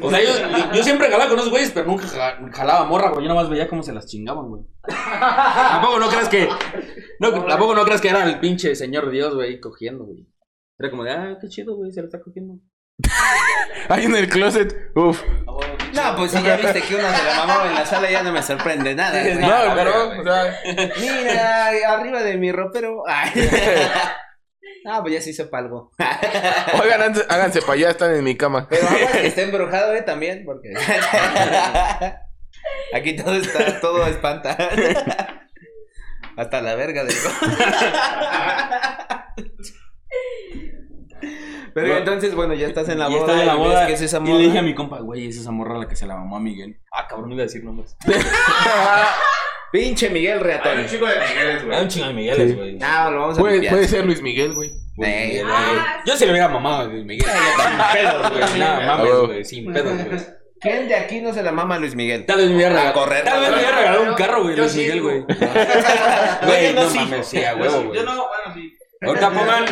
S4: O sea, yo, yo siempre jalaba con esos güeyes, pero nunca ja- jalaba morra, güey. Yo nada más veía cómo se las chingaban, güey. Tampoco no creas que. No, tampoco no creas que era el pinche señor Dios, güey, cogiendo, güey. Era como de, ah, qué chido, güey, se la está cogiendo.
S2: Ahí en el closet. Uf.
S1: No, pues si ya viste que una se la mamó en la sala, ya no me sorprende nada. güey.
S2: No, pero, o sea,
S1: Mira, arriba de mi ropero. Ay. Ah, pues ya se hizo palgo.
S2: oigan, háganse- háganse para allá, están en mi cama.
S1: Pero aguas que está embrujado, eh, también, porque. Aquí todo está, todo espanta. Hasta la verga del. Pero
S4: Bueno,
S1: entonces, bueno, ya estás en la
S4: y
S1: boda.
S4: estaba en la
S1: y ves
S4: boda,
S1: que es esa
S4: Y
S1: morra.
S4: le dije a mi compa, güey, es esa morra la que se la mamó a Miguel. Ah, cabrón, iba a decir nombres.
S1: Pinche Miguel
S7: Hay
S1: Reatón.
S7: un chico de Migueles,
S4: Hay
S7: güey.
S4: Ah, un chingo de Migueles, güey.
S1: Ah, lo
S4: Pues,
S1: vamos a
S2: Puede,
S1: limpiar.
S2: puede ser Luis Miguel, güey.
S4: Güey,
S1: Eh.
S4: Miguel,
S3: Ah,
S4: güey. Yo se le hubiera mamado a Luis Miguel.
S1: Ah,
S4: Sin pedos, güey. No, mames,
S2: huevo.
S4: güey. Sin pedos, güey.
S1: ¿Quién de aquí no se la mama a Luis Miguel?
S4: Tal vez me hubiera
S1: A
S4: regalado.
S1: correr,
S4: Tal vez me hubiera regalado un carro, güey,
S5: Yo
S4: Luis
S5: sí,
S4: Miguel, güey.
S1: Güey,
S4: Güey,
S1: no,
S4: no
S1: sí.
S4: mames, sí, a huevo, güey.
S5: Yo no, bueno, sí.
S4: Ahorita pongan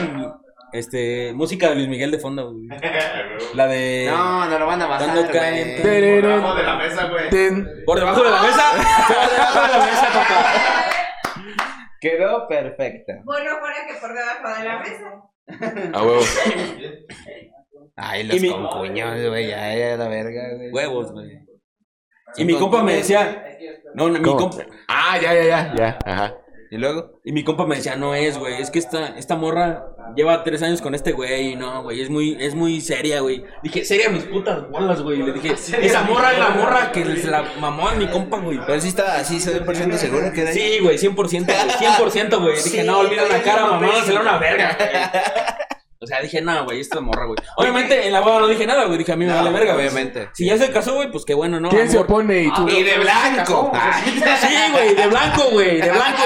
S4: este, música de Luis Miguel de fondo, güey. La de.
S1: No, no lo van a matar.
S4: Cuando
S1: güey.
S4: caen-
S7: Abajo de la mesa, güey.
S2: Ten.
S4: Por debajo de la mesa. Por debajo de la mesa, papá.
S1: Quedó perfecta.
S3: Bueno, fuera que por debajo de la mesa.
S2: A huevo.
S1: Ay,
S4: Y
S1: los
S4: mi-
S1: concuños, güey, ya era la verga, güey.
S4: Huevos, güey. Y mi compa me decía. No, no, mi
S2: ¿Cómo?
S4: compa.
S2: Ah, ya, ya, ya. Ya, ajá.
S1: Y luego,
S4: Y mi compa me decía, no es, güey, es que esta, esta morra lleva tres años con este güey, y no, güey, es muy, es muy seria, güey. Dije, seria mis putas bolas, güey. Le dije, esa morra es la morra que se la mamó a mi compa, güey.
S1: pero sí estaba así, 100% seguro que era ahí.
S4: Sí, güey, 100%, güey, 100%, güey. Dije, no, olvida la cara, mamá, se la una verga, güey. O sea, dije, no, güey, esta morra, güey. Obviamente, en la boda no dije nada, güey, dije, a mí me
S1: No,
S4: vale verga, güey.
S1: obviamente.
S4: Si ya se casó, güey, pues qué bueno, ¿no?
S2: ¿Quién se
S4: Amor.
S2: opone? Y tú.
S1: Y de blanco. Ay,
S4: Sí, güey, de blanco, güey, de blanco.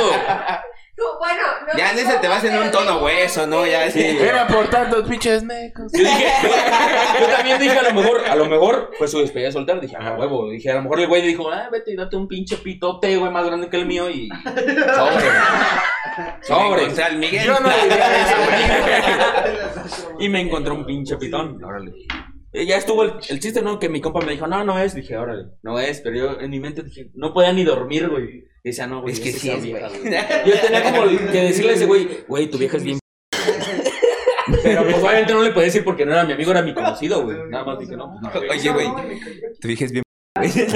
S3: Tú, Bueno, no,
S1: Ya en ese te vas en un tono hueso, ¿no? Ya ese.
S2: Era por tantos pinches mecos.
S4: Yo dije, yo también dije a lo mejor, a lo mejor fue su despedida soltera. Dije, ah, huevo. Dije, a lo mejor el güey le dijo, ah, vete y date un pinche pitote, güey, más grande que el mío y. Sobre.
S1: Sobre.
S4: Sobre.
S1: O sea, el Miguel.
S2: Yo no diría eso,
S4: y me encontró un pinche pitón. Órale. Y ya estuvo el, el chiste, ¿no? Que mi compa me dijo, no, no es. Dije, órale, no es. Pero yo en mi mente dije, no podía ni dormir, güey. Y decía, no, güey.
S1: Es que sí
S4: esa
S1: es,
S4: vieja,
S1: güey.
S4: Yo tenía como que decirle a ese güey, güey, tu vieja es bien. Pero pues obviamente no le podía decir porque no era mi amigo, era mi conocido, güey. Nada más dije, no, pues no.
S1: Oye, güey. Te dije es bien.
S2: Oye,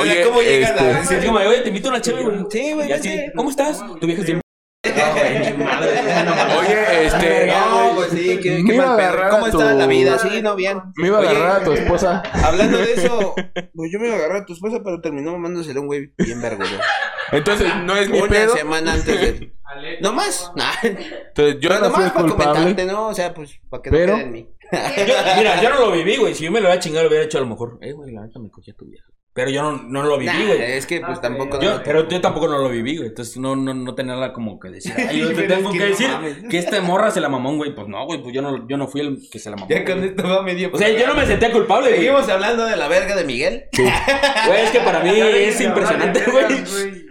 S1: Oye, ¿cómo llegas
S2: este-
S1: a
S4: Sí, es como, oye, te invito a una chévere, güey.
S1: Sí, güey,
S4: Y así,
S1: vete.
S4: ¿cómo estás? Tu vieja es bien. No, güey, madre, no, no, no.
S2: Oye, este.
S1: No, pues sí, qué,
S2: Me
S1: qué
S2: iba
S1: mal
S2: a
S1: perro.
S2: agarrar
S1: ¿Cómo
S2: a
S1: está
S2: tu-
S1: la vida? Sí, no, bien.
S2: Me iba a
S1: Oye,
S2: agarrar a tu esposa.
S1: Hablando de eso, pues yo me iba a agarrar a tu esposa, pero terminó mamándosela a un güey bien vergüenza.
S2: Entonces, no es mi
S1: Una
S2: pedo.
S1: semana antes de. ¿No más? Nah.
S2: Entonces, yo
S1: Pero
S2: no soy
S1: nomás para comentarte,
S2: culpable.
S1: ¿no? O sea, pues para que
S2: Pero-
S1: no quede en mí.
S4: Yo- mira, yo no lo viví, güey. Si yo me lo hubiera chingado, lo hubiera hecho a lo mejor. Eh, güey, la neta me cogí a tu vieja. Pero yo no, no lo
S1: Nah,
S4: viví, güey.
S1: es que pues
S5: Ah,
S1: tampoco.
S4: Yo- pero yo tampoco no lo viví, güey. Entonces no, no, no tenía nada como que decir. Ay, yo te
S1: Pero
S4: tengo
S1: es
S4: que,
S1: que no
S4: decir
S1: mames.
S4: que esta morra se la mamó, güey. Pues no, güey, pues yo no, yo no fui el que se la mamó.
S1: Ya con
S4: güey.
S1: esto va medio.
S4: O sea, yo no me sentía culpable, güey.
S1: Seguimos hablando de la verga de Miguel.
S4: Güey, es que para mí es impresionante, güey.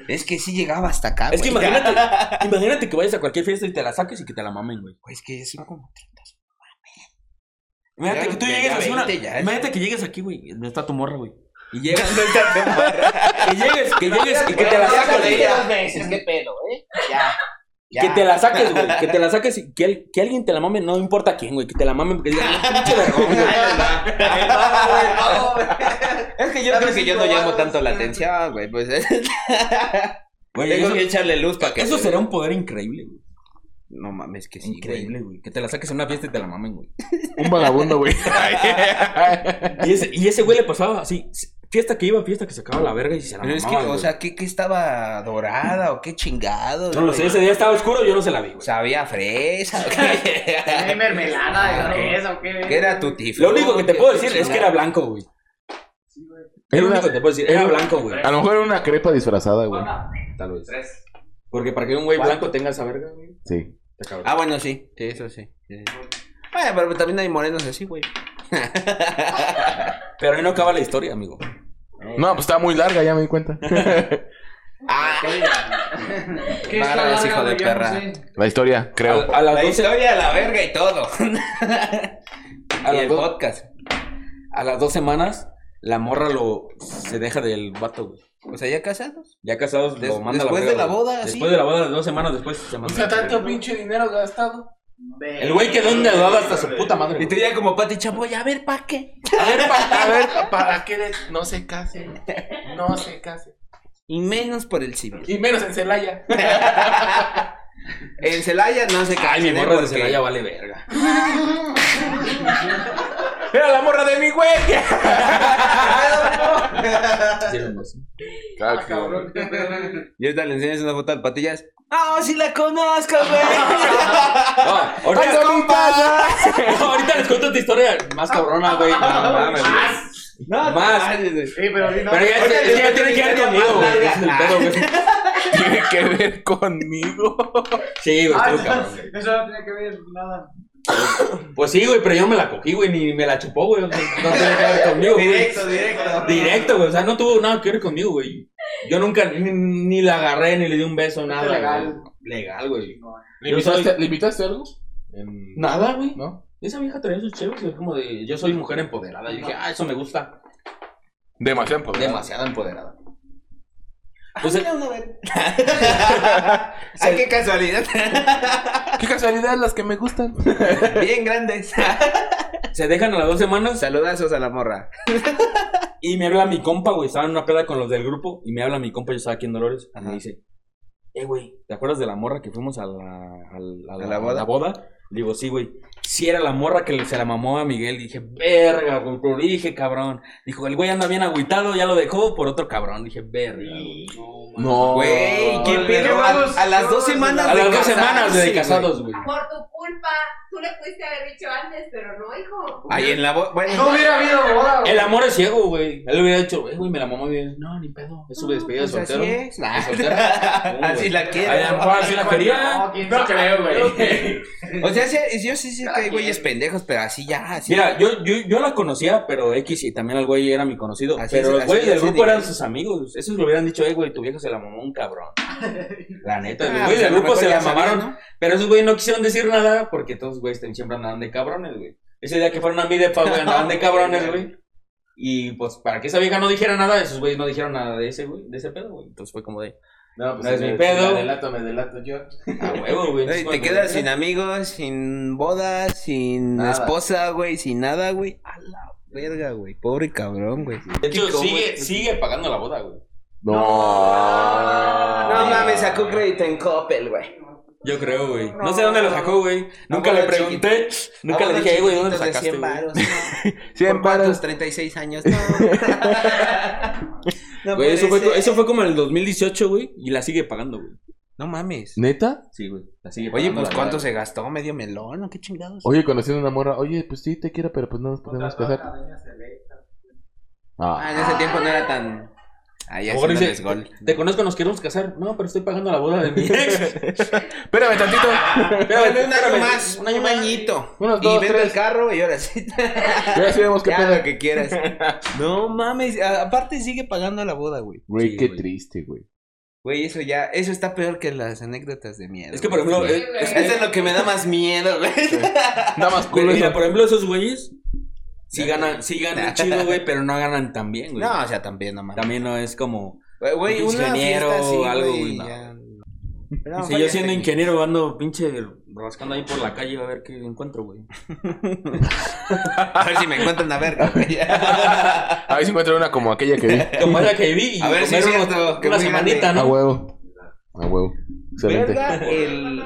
S1: Es que sí llegaba hasta acá.
S4: Es que
S1: güey.
S4: imagínate, imagínate que vayas a cualquier fiesta y te la saques y que te la mamen, güey.
S1: Güey, es que es como.
S4: Imagínate
S1: Ya,
S4: que tú
S1: ya
S4: llegues así una.
S1: 20 ya.
S4: Imagínate que llegues aquí, güey. No está tu morra, güey. Y llegas. que llegues, que llegues y que te la saques, güey.
S1: veces, qué pedo, ¿eh? Ya.
S4: Que te la saques, güey. Que te la saques y que, al- que alguien te la mame, no importa quién, güey. Que te la mame porque digan, "Ah, pinche vergón, güey".
S1: Es que yo
S5: Ya
S1: creo
S5: ves,
S1: que yo no
S5: cinco
S1: llamo
S5: varos,
S1: tanto la
S5: ya.
S1: atención, güey. Pues
S4: Güey,
S1: tengo
S4: eso-
S1: que echarle luz para que.
S4: Eso será un poder increíble, güey.
S1: No mames, que sí. Increíble.
S4: Increíble, güey. Que te la saques en una fiesta y te la mamen, güey.
S2: Un vagabundo, güey.
S4: Y ese, y ese güey le pasaba así. Fiesta que iba, fiesta que se acaba la verga y se la
S1: Pero es que,
S4: mamaban,
S1: o
S4: güey.
S1: sea, ¿qué, qué estaba dorada o qué chingado?
S4: No lo sé, ese día estaba oscuro, yo no se la vi, güey.
S1: Sabía fresa. ¿o qué?
S5: ¿Hay mermelada? ¿Qué es o qué?
S1: ¿Qué era tu tiflo?
S4: Lo único que te puedo decir es que era blanco, güey. Es
S2: Era
S4: lo
S2: una-
S4: único que te puedo decir. Era blanco, güey.
S2: A lo mejor era una crepa disfrazada, güey.
S4: Tal vez.
S5: Tres.
S4: Porque para que un güey blanco tenga esa verga, güey.
S2: Sí.
S4: está cabrón.
S1: Ah, bueno, sí. Sí, eso sí. sí. Bueno, pero también hay morenos así, güey.
S4: Pero ahí no acaba la historia, amigo.
S2: No, pues está muy larga, ya me di cuenta.
S1: Ah,
S6: ¿Qué
S1: Varas,
S6: está
S1: hijo de
S6: larga, ya no
S1: perra.
S6: sé.
S2: La historia, creo.
S4: A, a las
S1: la
S4: 12,
S1: historia de la verga y todo.
S4: a
S1: y
S4: las
S1: el
S4: do-
S1: podcast.
S4: a las dos semanas, la morra lo se deja del vato, güey.
S1: O sea, ya casados.
S4: Ya casados, lo
S1: Des-
S4: manda a
S1: después
S4: verga,
S1: de la
S4: güey.
S1: boda,
S4: Después
S1: sí.
S4: de la boda, dos semanas después se manda.
S7: pinche dinero gastado.
S4: El güey quedó endeudado hasta su puta madre.
S1: Y tú
S4: güey.
S1: ya como Pati Chapoy, a ver, ¿pa' qué?
S2: A ver, para, que no se case. No se case.
S1: Y menos por el civil.
S2: Y menos en Celaya.
S1: En Celaya no se cae.
S4: Ay, mi morra de Celaya vale verga.
S2: Era la morra de mi güey.
S4: Hicieron así.
S2: Ah, cabrón.
S6: Cabrón, qué pedo, güey.
S1: Y ahorita le enseñas una foto al patillas. ¡Ah, sí la conozco, güey!
S4: Ah, ahorita,
S1: ¡Ay, compa!
S4: ahorita les cuento tu historia más cabrona, güey. No, mames, güey.
S1: No, no,
S4: Más.
S1: mames, güey.
S6: Ey, Ah, pero ahorita-
S4: Pero ya,
S1: Ahorita
S4: es-
S1: les
S4: ya
S1: cuento
S4: tiene
S1: mi
S4: que ver
S1: historia
S4: conmigo,
S1: más
S4: güey.
S1: larga.
S4: Ese es el pedo, güey.
S2: Tiene que ver conmigo.
S4: Sí, güey,
S6: Ah,
S4: estuvo cabrón.
S6: no, Eso no tiene que ver nada.
S4: Pues sí, güey, pero yo me la cogí, güey, ni me la chupó, güey. o sea, No tiene que ver conmigo, güey.
S7: Directo, directo.
S4: Directo, güey. O sea, no tuvo nada que ver conmigo, güey. Yo nunca ni, ni la agarré, ni le di un beso, nada. güey.
S6: legal.
S4: Legal, güey.
S2: ¿Le
S4: Yo soy-
S2: invitaste, le invitaste algo?
S4: Nada, güey.
S2: ¿No?
S4: Esa vieja traía sus chéveres, güey, como de yo soy mujer empoderada. Y dije, ah, eso me gusta.
S2: Demasiado pues. empoderado.
S4: Demasiado empoderada. Entonces,
S1: ¡Ay, qué casualidad!
S2: Qué casualidad las que me gustan.
S1: Bien grandes.
S4: se dejan a las dos semanas
S1: Saludazos a la morra.
S4: y me habla mi compa, güey. Estaba en una peda con los del grupo y me habla mi compa, yo estaba aquí en Dolores. Y
S1: Ajá.
S4: me dice, eh, güey, ¿te acuerdas de la morra que fuimos a la, a la, a
S1: ¿A la boda?
S4: Le digo, sí, güey. Sí era la morra que le- se la mamó a Miguel. Dije, verga, güey, lo dije, cabrón. Dijo, el güey anda bien agüitado, ya lo dejó por otro cabrón. Dije, verga, güey. Oh,
S2: No.
S1: Güey, qué
S6: Qué
S1: pedo.
S6: huevos,
S1: A, a las dos
S6: huevos,
S1: semanas
S4: A
S1: de
S4: las dos
S1: casarse,
S4: semanas de
S1: güey.
S4: casados, güey.
S3: Por tu culpa, tú le pudiste haber dicho antes, pero no, hijo.
S1: Ahí en la bo-
S6: No
S1: Bueno,
S6: hubiera habido boda, güey.
S4: El amor es ciego, güey. Él hubiera dicho, "Eh, güey, me la mamó bien. No, ni pedo. Es su despedida de
S1: pues así
S4: soltero.
S1: es.
S4: ¿De soltera? No,
S1: Así
S4: güey.
S1: la quiero.
S4: Ay, a lo mejor así la quería.
S5: No, quién sabe, creo, güey.
S1: O sea, sí- yo sí sé que hay güeyes pendejos, pero así ya, así.
S4: Mira, yo, yo, yo la conocía, pero X y también el güey era mi conocido.
S1: Así
S4: pero
S1: es,
S4: los güeyes
S1: así
S4: del
S1: es,
S4: grupo
S1: sí,
S4: eran
S1: digo.
S4: sus amigos. Esos le hubieran dicho, eh, güey, tu vieja se la mamó un cabrón. La neta,
S1: Ah,
S4: los
S1: pues,
S4: güeyes
S1: a
S4: del
S1: lo
S4: grupo
S1: mejor
S4: se
S1: ya
S4: la
S1: sabía,
S4: mamaron.
S1: ¿no?
S4: Pero esos güeyes no quisieron decir nada porque todos güeyes siempre andaban de cabrones, güey. Ese día que fueron a mi depa, güey, andaban de cabrones, güey. Y pues para que esa vieja no dijera nada, esos güeyes no dijeron nada de ese, güey, de ese pedo, güey. Entonces fue como de,
S7: No,
S1: pues,
S4: No es
S7: me-
S4: mi pedo.
S7: Me delato, me delato yo.
S4: a huevo, güey.
S1: Güey,
S4: Entonces,
S1: te
S4: cuando-
S1: quedas sin amigos, sin bodas, sin
S7: Nada.
S1: esposa, güey, sin nada, güey. A la verga, güey. Pobre cabrón, güey.
S4: De hecho,
S1: ¿Cómo
S4: sigue,
S1: es?
S4: sigue pagando la boda, güey.
S2: No.
S1: No mames, sacó crédito en Coppel, güey.
S4: Yo creo, güey. No sé dónde lo sacó, güey. Nunca le
S1: boda
S4: pregunté. Nunca le dije, "Ey, güey, ¿dónde lo
S1: Chiquitos de
S4: sacaste?
S1: 100
S4: güey?"
S1: varos, ¿no?
S2: 100
S1: ¿Por cuántos?
S2: paros.
S1: 36 años. No. No
S4: Güey, eso
S1: puede
S4: fue,
S1: ser.
S4: eso fue como en el 2018, güey. Y la sigue pagando, güey.
S1: No mames.
S2: ¿Neta?
S4: Sí, güey. La sigue
S1: Oye,
S4: pagando
S1: pues
S4: la
S1: ¿cuánto
S4: boda.
S1: se gastó? ¿Medio melón o qué chingados?
S2: Oye, conociendo una morra. Oye, pues sí, te quiero, pero pues no nos podemos
S6: Contrató a
S2: casar.
S6: la dueña selecta.
S2: Ah.
S1: Ah, en ese tiempo no era tan. Ahí
S4: Ahora
S1: haciéndoles
S4: dice,
S1: gol.
S4: te conozco, nos queremos casar. No, pero estoy pagando la boda de mi ex.
S2: Espérame tantito.
S1: Bueno,
S4: Espérame,
S1: un año
S4: espérame.
S1: más,
S4: Un año
S1: un
S4: más.
S1: añito.
S2: Unos
S1: y
S2: dos,
S1: vende
S2: tres.
S1: el carro y ahora sí.
S2: Ya sabemos qué
S1: Ya
S2: pedo.
S1: lo que quieras. No mames, a- aparte sigue pagando la boda, güey.
S2: Güey,
S4: Sí,
S2: qué
S4: güey.
S2: triste, güey.
S1: Güey, eso ya, eso está peor que las anécdotas de miedo.
S4: Es que, por
S1: güey.
S4: ejemplo,
S3: Sí,
S4: eh,
S3: güey.
S4: es que-
S1: Eso es lo que me da más miedo, güey.
S2: Nada más
S4: pero
S2: culo.
S4: mira,
S2: eso.
S4: por ejemplo, esos güeyes sí ganan, sí ganan chido, güey, pero no ganan tan bien, güey.
S1: No, o sea, también no mames.
S4: También no es como.
S1: Güey, Güey,
S4: Un
S1: una
S4: ingeniero
S1: fiesta así,
S4: o algo,
S1: güey,
S4: güey, no.
S1: ya-
S4: si yo siendo ingeniero ando pinche rascando ahí por la calle a ver qué encuentro, güey.
S1: A ver si me encuentran a verga, güey.
S2: A ver si encuentro una como aquella que vi.
S4: Como la que vi y
S1: A ver si
S4: comer
S1: es
S4: unos-
S1: cierto, que
S4: una
S1: muy grande.
S4: semanita,
S2: A
S4: Ah, ¿no?
S2: huevo. A huevo. Excelente.
S1: Verga, el...
S3: El...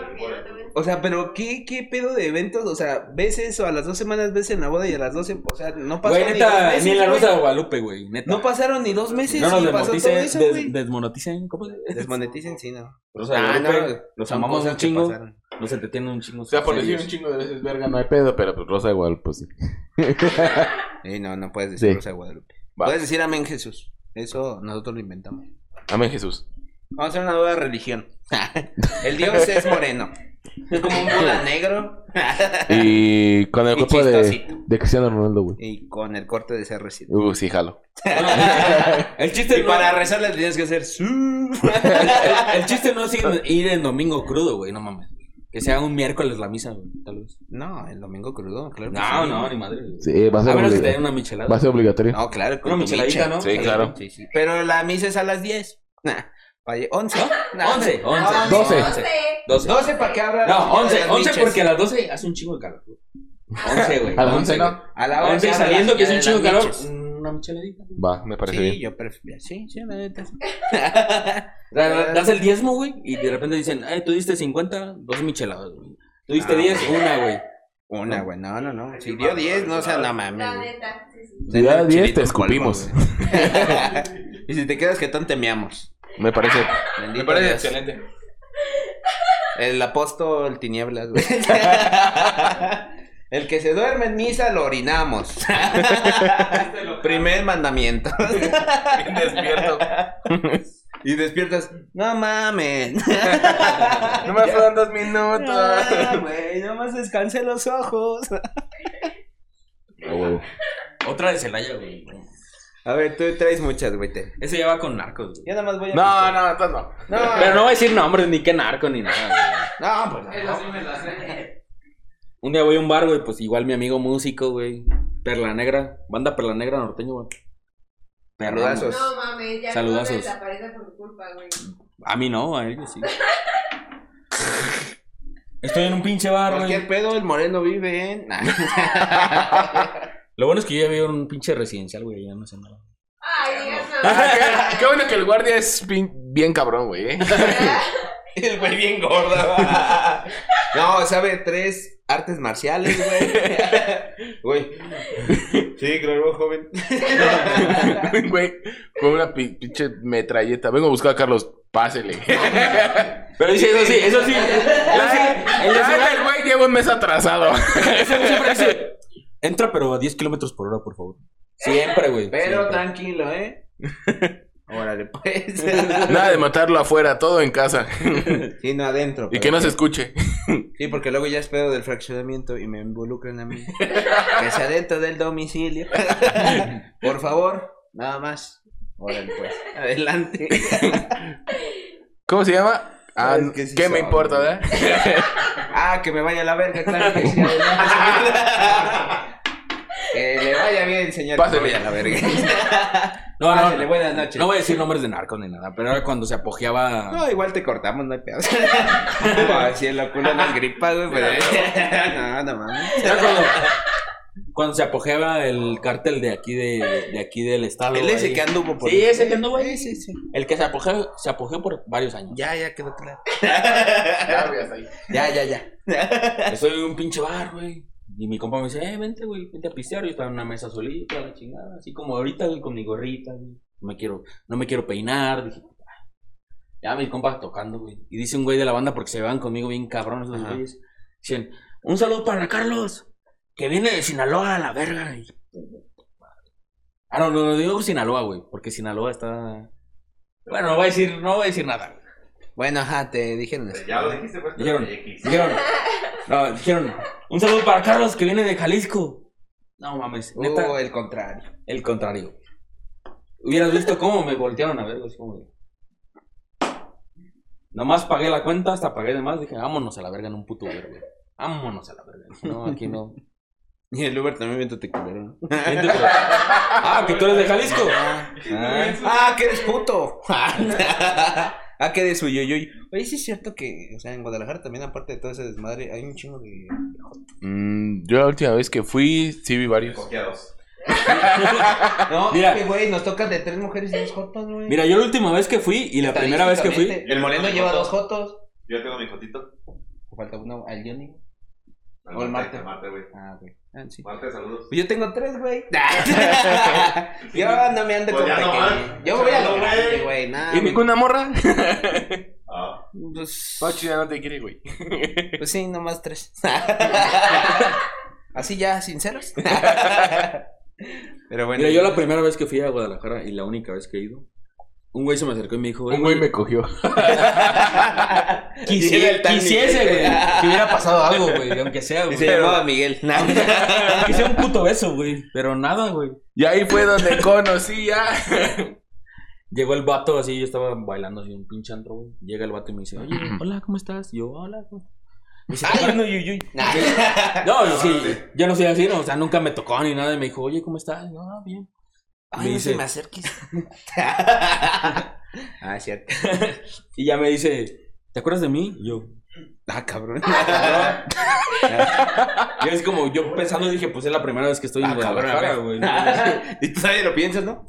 S1: O sea, pero qué, qué pedo de eventos, o sea, ves eso, a las dos semanas ves en la boda y a las doce, o sea, no pasó
S4: Güey,
S1: ni dos
S4: neta,
S1: meses,
S4: ni en la
S1: güey.
S4: Rosa de Guadalupe, güey. Neta.
S1: No pasaron ni dos meses
S4: No nos
S1: y pasó todo
S4: desmoneticen,
S1: eso,
S4: des-
S1: güey.
S4: desmoneticen, ¿cómo se dice?
S1: Desmoneticen, sí, no.
S4: Rosa de
S1: Ah,
S4: Guadalupe,
S1: no,
S4: los
S1: son
S4: amamos
S1: cosas
S4: un
S1: que
S4: chingo,
S1: pasaron.
S4: nos entretienen un chingo.
S2: O sea, por
S4: sus
S2: decir un
S4: series.
S2: chingo de veces, verga, no hay pedo, pero pues Rosa igual, pues sí.
S1: Y no, no puedes decir
S2: Sí.
S1: Rosa de Guadalupe.
S2: Va.
S1: Puedes decir amén Jesús. Eso nosotros lo inventamos.
S2: Amén, Jesús.
S1: Vamos a hacer una nueva religión. El dios es moreno. Es como un bola negro
S2: Y con el
S1: Y
S2: cuerpo de,
S1: chistosito.
S2: de Cristiano Ronaldo, güey.
S1: y con el corte de CR7.
S2: Uh, sí, jalo.
S4: El chiste
S1: Y
S4: no,
S1: para rezarle tienes que hacer su.
S4: el, el chiste no es ir, ir en domingo crudo, güey, no mames. Que sea un miércoles la misa, güey, tal vez.
S1: No, el domingo crudo, claro. que
S4: No,
S1: sí.
S4: no, ni madre. güey.
S2: Sí, eh, va a
S4: A
S2: ser
S4: menos que te den
S2: obligatorio.
S4: una michelada.
S2: Va a ser obligatorio.
S1: No, claro. con
S4: Una
S1: tu
S4: micheladita,
S1: miche.
S4: ¿no?
S2: Sí, claro.
S1: Sí, sí. Pero la misa es a las 10. Nah. Oye, 11. Nah.
S4: ¿Ah? Once, once.
S1: Ah,
S2: Doce.
S1: once.
S4: 12.
S1: 12 para que abra. la
S4: No,
S1: señora de
S4: 11,
S1: las
S4: 11
S1: miches.
S4: porque a las 12 hace un chingo de calor. 11, güey.
S2: A las
S4: 11,
S2: 11 no.
S1: A la
S4: güey. 11
S1: abra la
S4: saliendo que es un
S1: señora
S4: chingo
S1: de
S4: de
S1: las
S4: calor.
S1: miches.
S4: Una micheladita. güey.
S2: Va, me Mm, parece
S1: Sí,
S2: bien.
S1: yo prefiero. Sí, sí, la neta. sí.
S4: Da- da- Das el diezmo, güey, y de repente dicen, ay, tú diste 50, dos micheladas, güey. Tú diste
S1: Ah,
S4: 10, una, güey.
S1: Una, güey. No, no, no. Si dio 10, no, o sea, no mames.
S3: La
S1: güey.
S3: neta, sí, sí.
S2: Si da
S1: Chilito
S2: 10, te
S1: en polvo,
S2: escupimos.
S1: güey. Y si te quedas jetón, te meamos.
S2: Me parece.
S1: Bendito
S2: Me parece
S1: Dios.
S2: excelente.
S1: El apóstol tinieblas, güey. El que se duerme en misa lo orinamos.
S2: Este
S1: Primer mandamiento.
S2: Bien despierto.
S1: Y despiertas, no mames.
S2: No me fueron dos minutos.
S1: No, Ah, güey, nomás descansé los ojos.
S4: Otra de Celaya, güey.
S1: A ver, tú traes muchas, güey. te-
S4: Ese ya va con narcos, güey.
S1: Yo nada más voy a.
S2: No, no, entonces no.
S1: no.
S4: Pero no voy a decir nombres, ni qué narco, ni nada, güey.
S1: No, pues no.
S5: Esa sí me la sé.
S4: Un día voy a un bar, güey, pues igual mi amigo músico, güey. Perla Negra, banda Perla Negra norteño, güey. Perrón,
S1: Saludazos.
S4: güey.
S3: No mames, ya
S4: Saludazos.
S3: no desaparece por tu culpa, güey.
S4: A mí no, a ellos sí. Estoy en un pinche bar,
S1: Cualquier
S4: güey.
S1: pedo, el moreno vive en. Nah.
S4: Lo bueno es que yo ya vivo en un pinche residencial, güey, ya no sé nada.
S3: Ay, digas
S2: Ah, Qué- Qué bueno que el guardia es bien, bien cabrón, güey. ¿eh?
S3: no.
S1: El güey bien gordo. va. No, sabe tres artes marciales, güey. Güey. Sí, claro, joven.
S2: Güey, con una pi- pinche metralleta. Vengo a buscar a Carlos. Pásele.
S4: Pero dice, eso sí, eso sí. Eso sí. Eso sí,
S2: Ah, el güey lleva un mes atrasado.
S4: Ese siempre dice, Entra, pero a 10 kilómetros por hora, por favor. Siempre, güey.
S1: Pero
S4: siempre.
S1: tranquilo, ¿eh? Órale, pues.
S2: Nada de matarlo afuera, todo en casa.
S1: Sí, no adentro.
S2: Y
S1: pero-
S2: que no se escuche.
S1: Sí, porque luego ya es pedo del fraccionamiento y me involucran a mí. que sea dentro del domicilio. Por favor, nada más. Órale, pues. Adelante.
S2: ¿Cómo se llama? Ah,
S1: Es que sí
S2: ¿Qué me
S1: sabe,
S2: importa,
S1: güey.
S2: verdad?
S1: Ah, que me vaya a la verga, claro que sí. adelante, señor. que le vaya bien, señor.
S2: Pásele.
S1: Que me vaya a la verga.
S4: No, no,
S1: Pásele,
S4: no.
S1: buenas noches.
S4: No voy a decir nombres de narcos ni nada, pero era cuando se apogeaba.
S1: No, igual te cortamos, no hay pedo. no, si en la culo no es gripa, güey, pero... no, no mames.
S4: Era cuando, cuando se apogeaba el cártel de aquí de, de aquí del estado.
S1: Él es
S4: ahí.
S1: el que anduvo por...
S4: Sí, ese que anduvo ahí. El que se apogeó, se apogeó por varios años.
S1: Ya, ya quedó claro.
S2: Ya, güey, hasta ahí.
S1: Ya, ya, ya.
S4: Estoy en un pinche bar, güey. Y mi compa me dice, eh, vente, güey, vente a pistear. Yo estaba en una mesa solita, la chingada. Así como ahorita, güey, con mi gorrita, güey. No me quiero, no me quiero peinar. Dije, "Ah". ya mis compas tocando, güey. Y dice un güey de la banda, porque se van conmigo bien cabrones los
S1: Ajá.
S4: güeyes. Dicen, un saludo para Carlos, que viene de Sinaloa a la verga. Y- Ah, no, no, no digo Sinaloa, güey, porque Sinaloa está... Bueno, no voy a decir, no voy a decir nada, güey.
S1: Bueno, ajá, te dijeron eso.
S7: Ya lo dijiste, pues.
S4: Dijeron, dijeron, no, dijeron, un saludo para Carlos que viene de Jalisco. No mames, neta,
S1: Uh, el contrario.
S4: el contrario. Hubieras visto cómo me voltearon a ver, güey, así como de- Nomás pagué la cuenta, hasta pagué de más, dije, vámonos a la verga en un puto Uber, güey. Vámonos a la verga. No, aquí no.
S1: Y el Uber también viento te culero. ¿no?
S4: Vente, pero- ah, que tú eres de Jalisco. Ah.
S1: Ah, que eres puto. ah, que eres suyo, yo. Oye, sí es cierto que, o sea, en Guadalajara también, aparte de todo ese desmadre, hay un chingo de.
S2: Mm, yo la última vez que fui, sí vi varios.
S7: Coqueados.
S1: No,
S4: Mira.
S1: es que, güey, nos tocan de tres mujeres y dos jotos, güey.
S4: Mira, yo la última vez que fui y la primera vez que fui,
S1: Estadísticamente, El moreno lleva dos jotos.
S7: Yo tengo mi fotito.
S1: Falta uno al Johnny.
S7: Al
S1: O el Marte.
S7: Al Marte, güey.
S1: Ah, güey. Ah, sí.
S7: Marte, saludos.
S1: Pues yo tengo tres, güey. yo no me ando
S7: Pues
S1: con
S7: ya no
S1: pequeño.
S7: van.
S1: Yo voy a
S7: Ya no,
S1: lo grande,
S7: güey.
S1: güey. Nada.
S2: ¿Y ninguna morra?
S7: Ah.
S1: Pues-
S2: Pachi ya no te quiere, güey.
S1: Pues sí, nomás tres. Así ya, sinceros. Pero bueno.
S4: mira, yo la primera vez que fui a Guadalajara y la única vez que he ido, un güey se me acercó y me dijo, "Eh,
S2: Un güey me cogió.
S4: Quisi-
S1: Llega el tan
S4: quisiese,
S1: Miguel.
S4: güey. Que hubiera pasado algo, güey. Aunque sea,
S1: Y
S4: güey.
S1: se llamaba Miguel.
S4: Aunque sea un puto beso, güey. Pero nada, güey.
S2: Y ahí fue donde conocí a...
S4: Llegó el vato así, yo estaba bailando así un pinche antro, güey. Llega el vato y me dice, oye, hola, ¿cómo estás? Y yo, hola, ¿cómo estás?" Me dice, "Ay, no, yo, yo-
S1: Nah.
S4: No, yo sí, yo no soy así, no, o sea, nunca me tocó ni nada. Y me dijo, oye, ¿cómo estás? No, ah, bien.
S1: Ay,
S4: Me
S1: no
S4: dice-
S1: se me acerques. ah, cierto.
S4: Y ya me dice, ¿te acuerdas de mí? Y yo,
S1: Ah, cabrón.
S4: y es como, yo pensando, dije, pues es la primera vez que estoy en
S1: Ah, cabrón,
S4: Guadalajara, güey. Bueno,
S1: y tú todavía lo piensas, ¿no?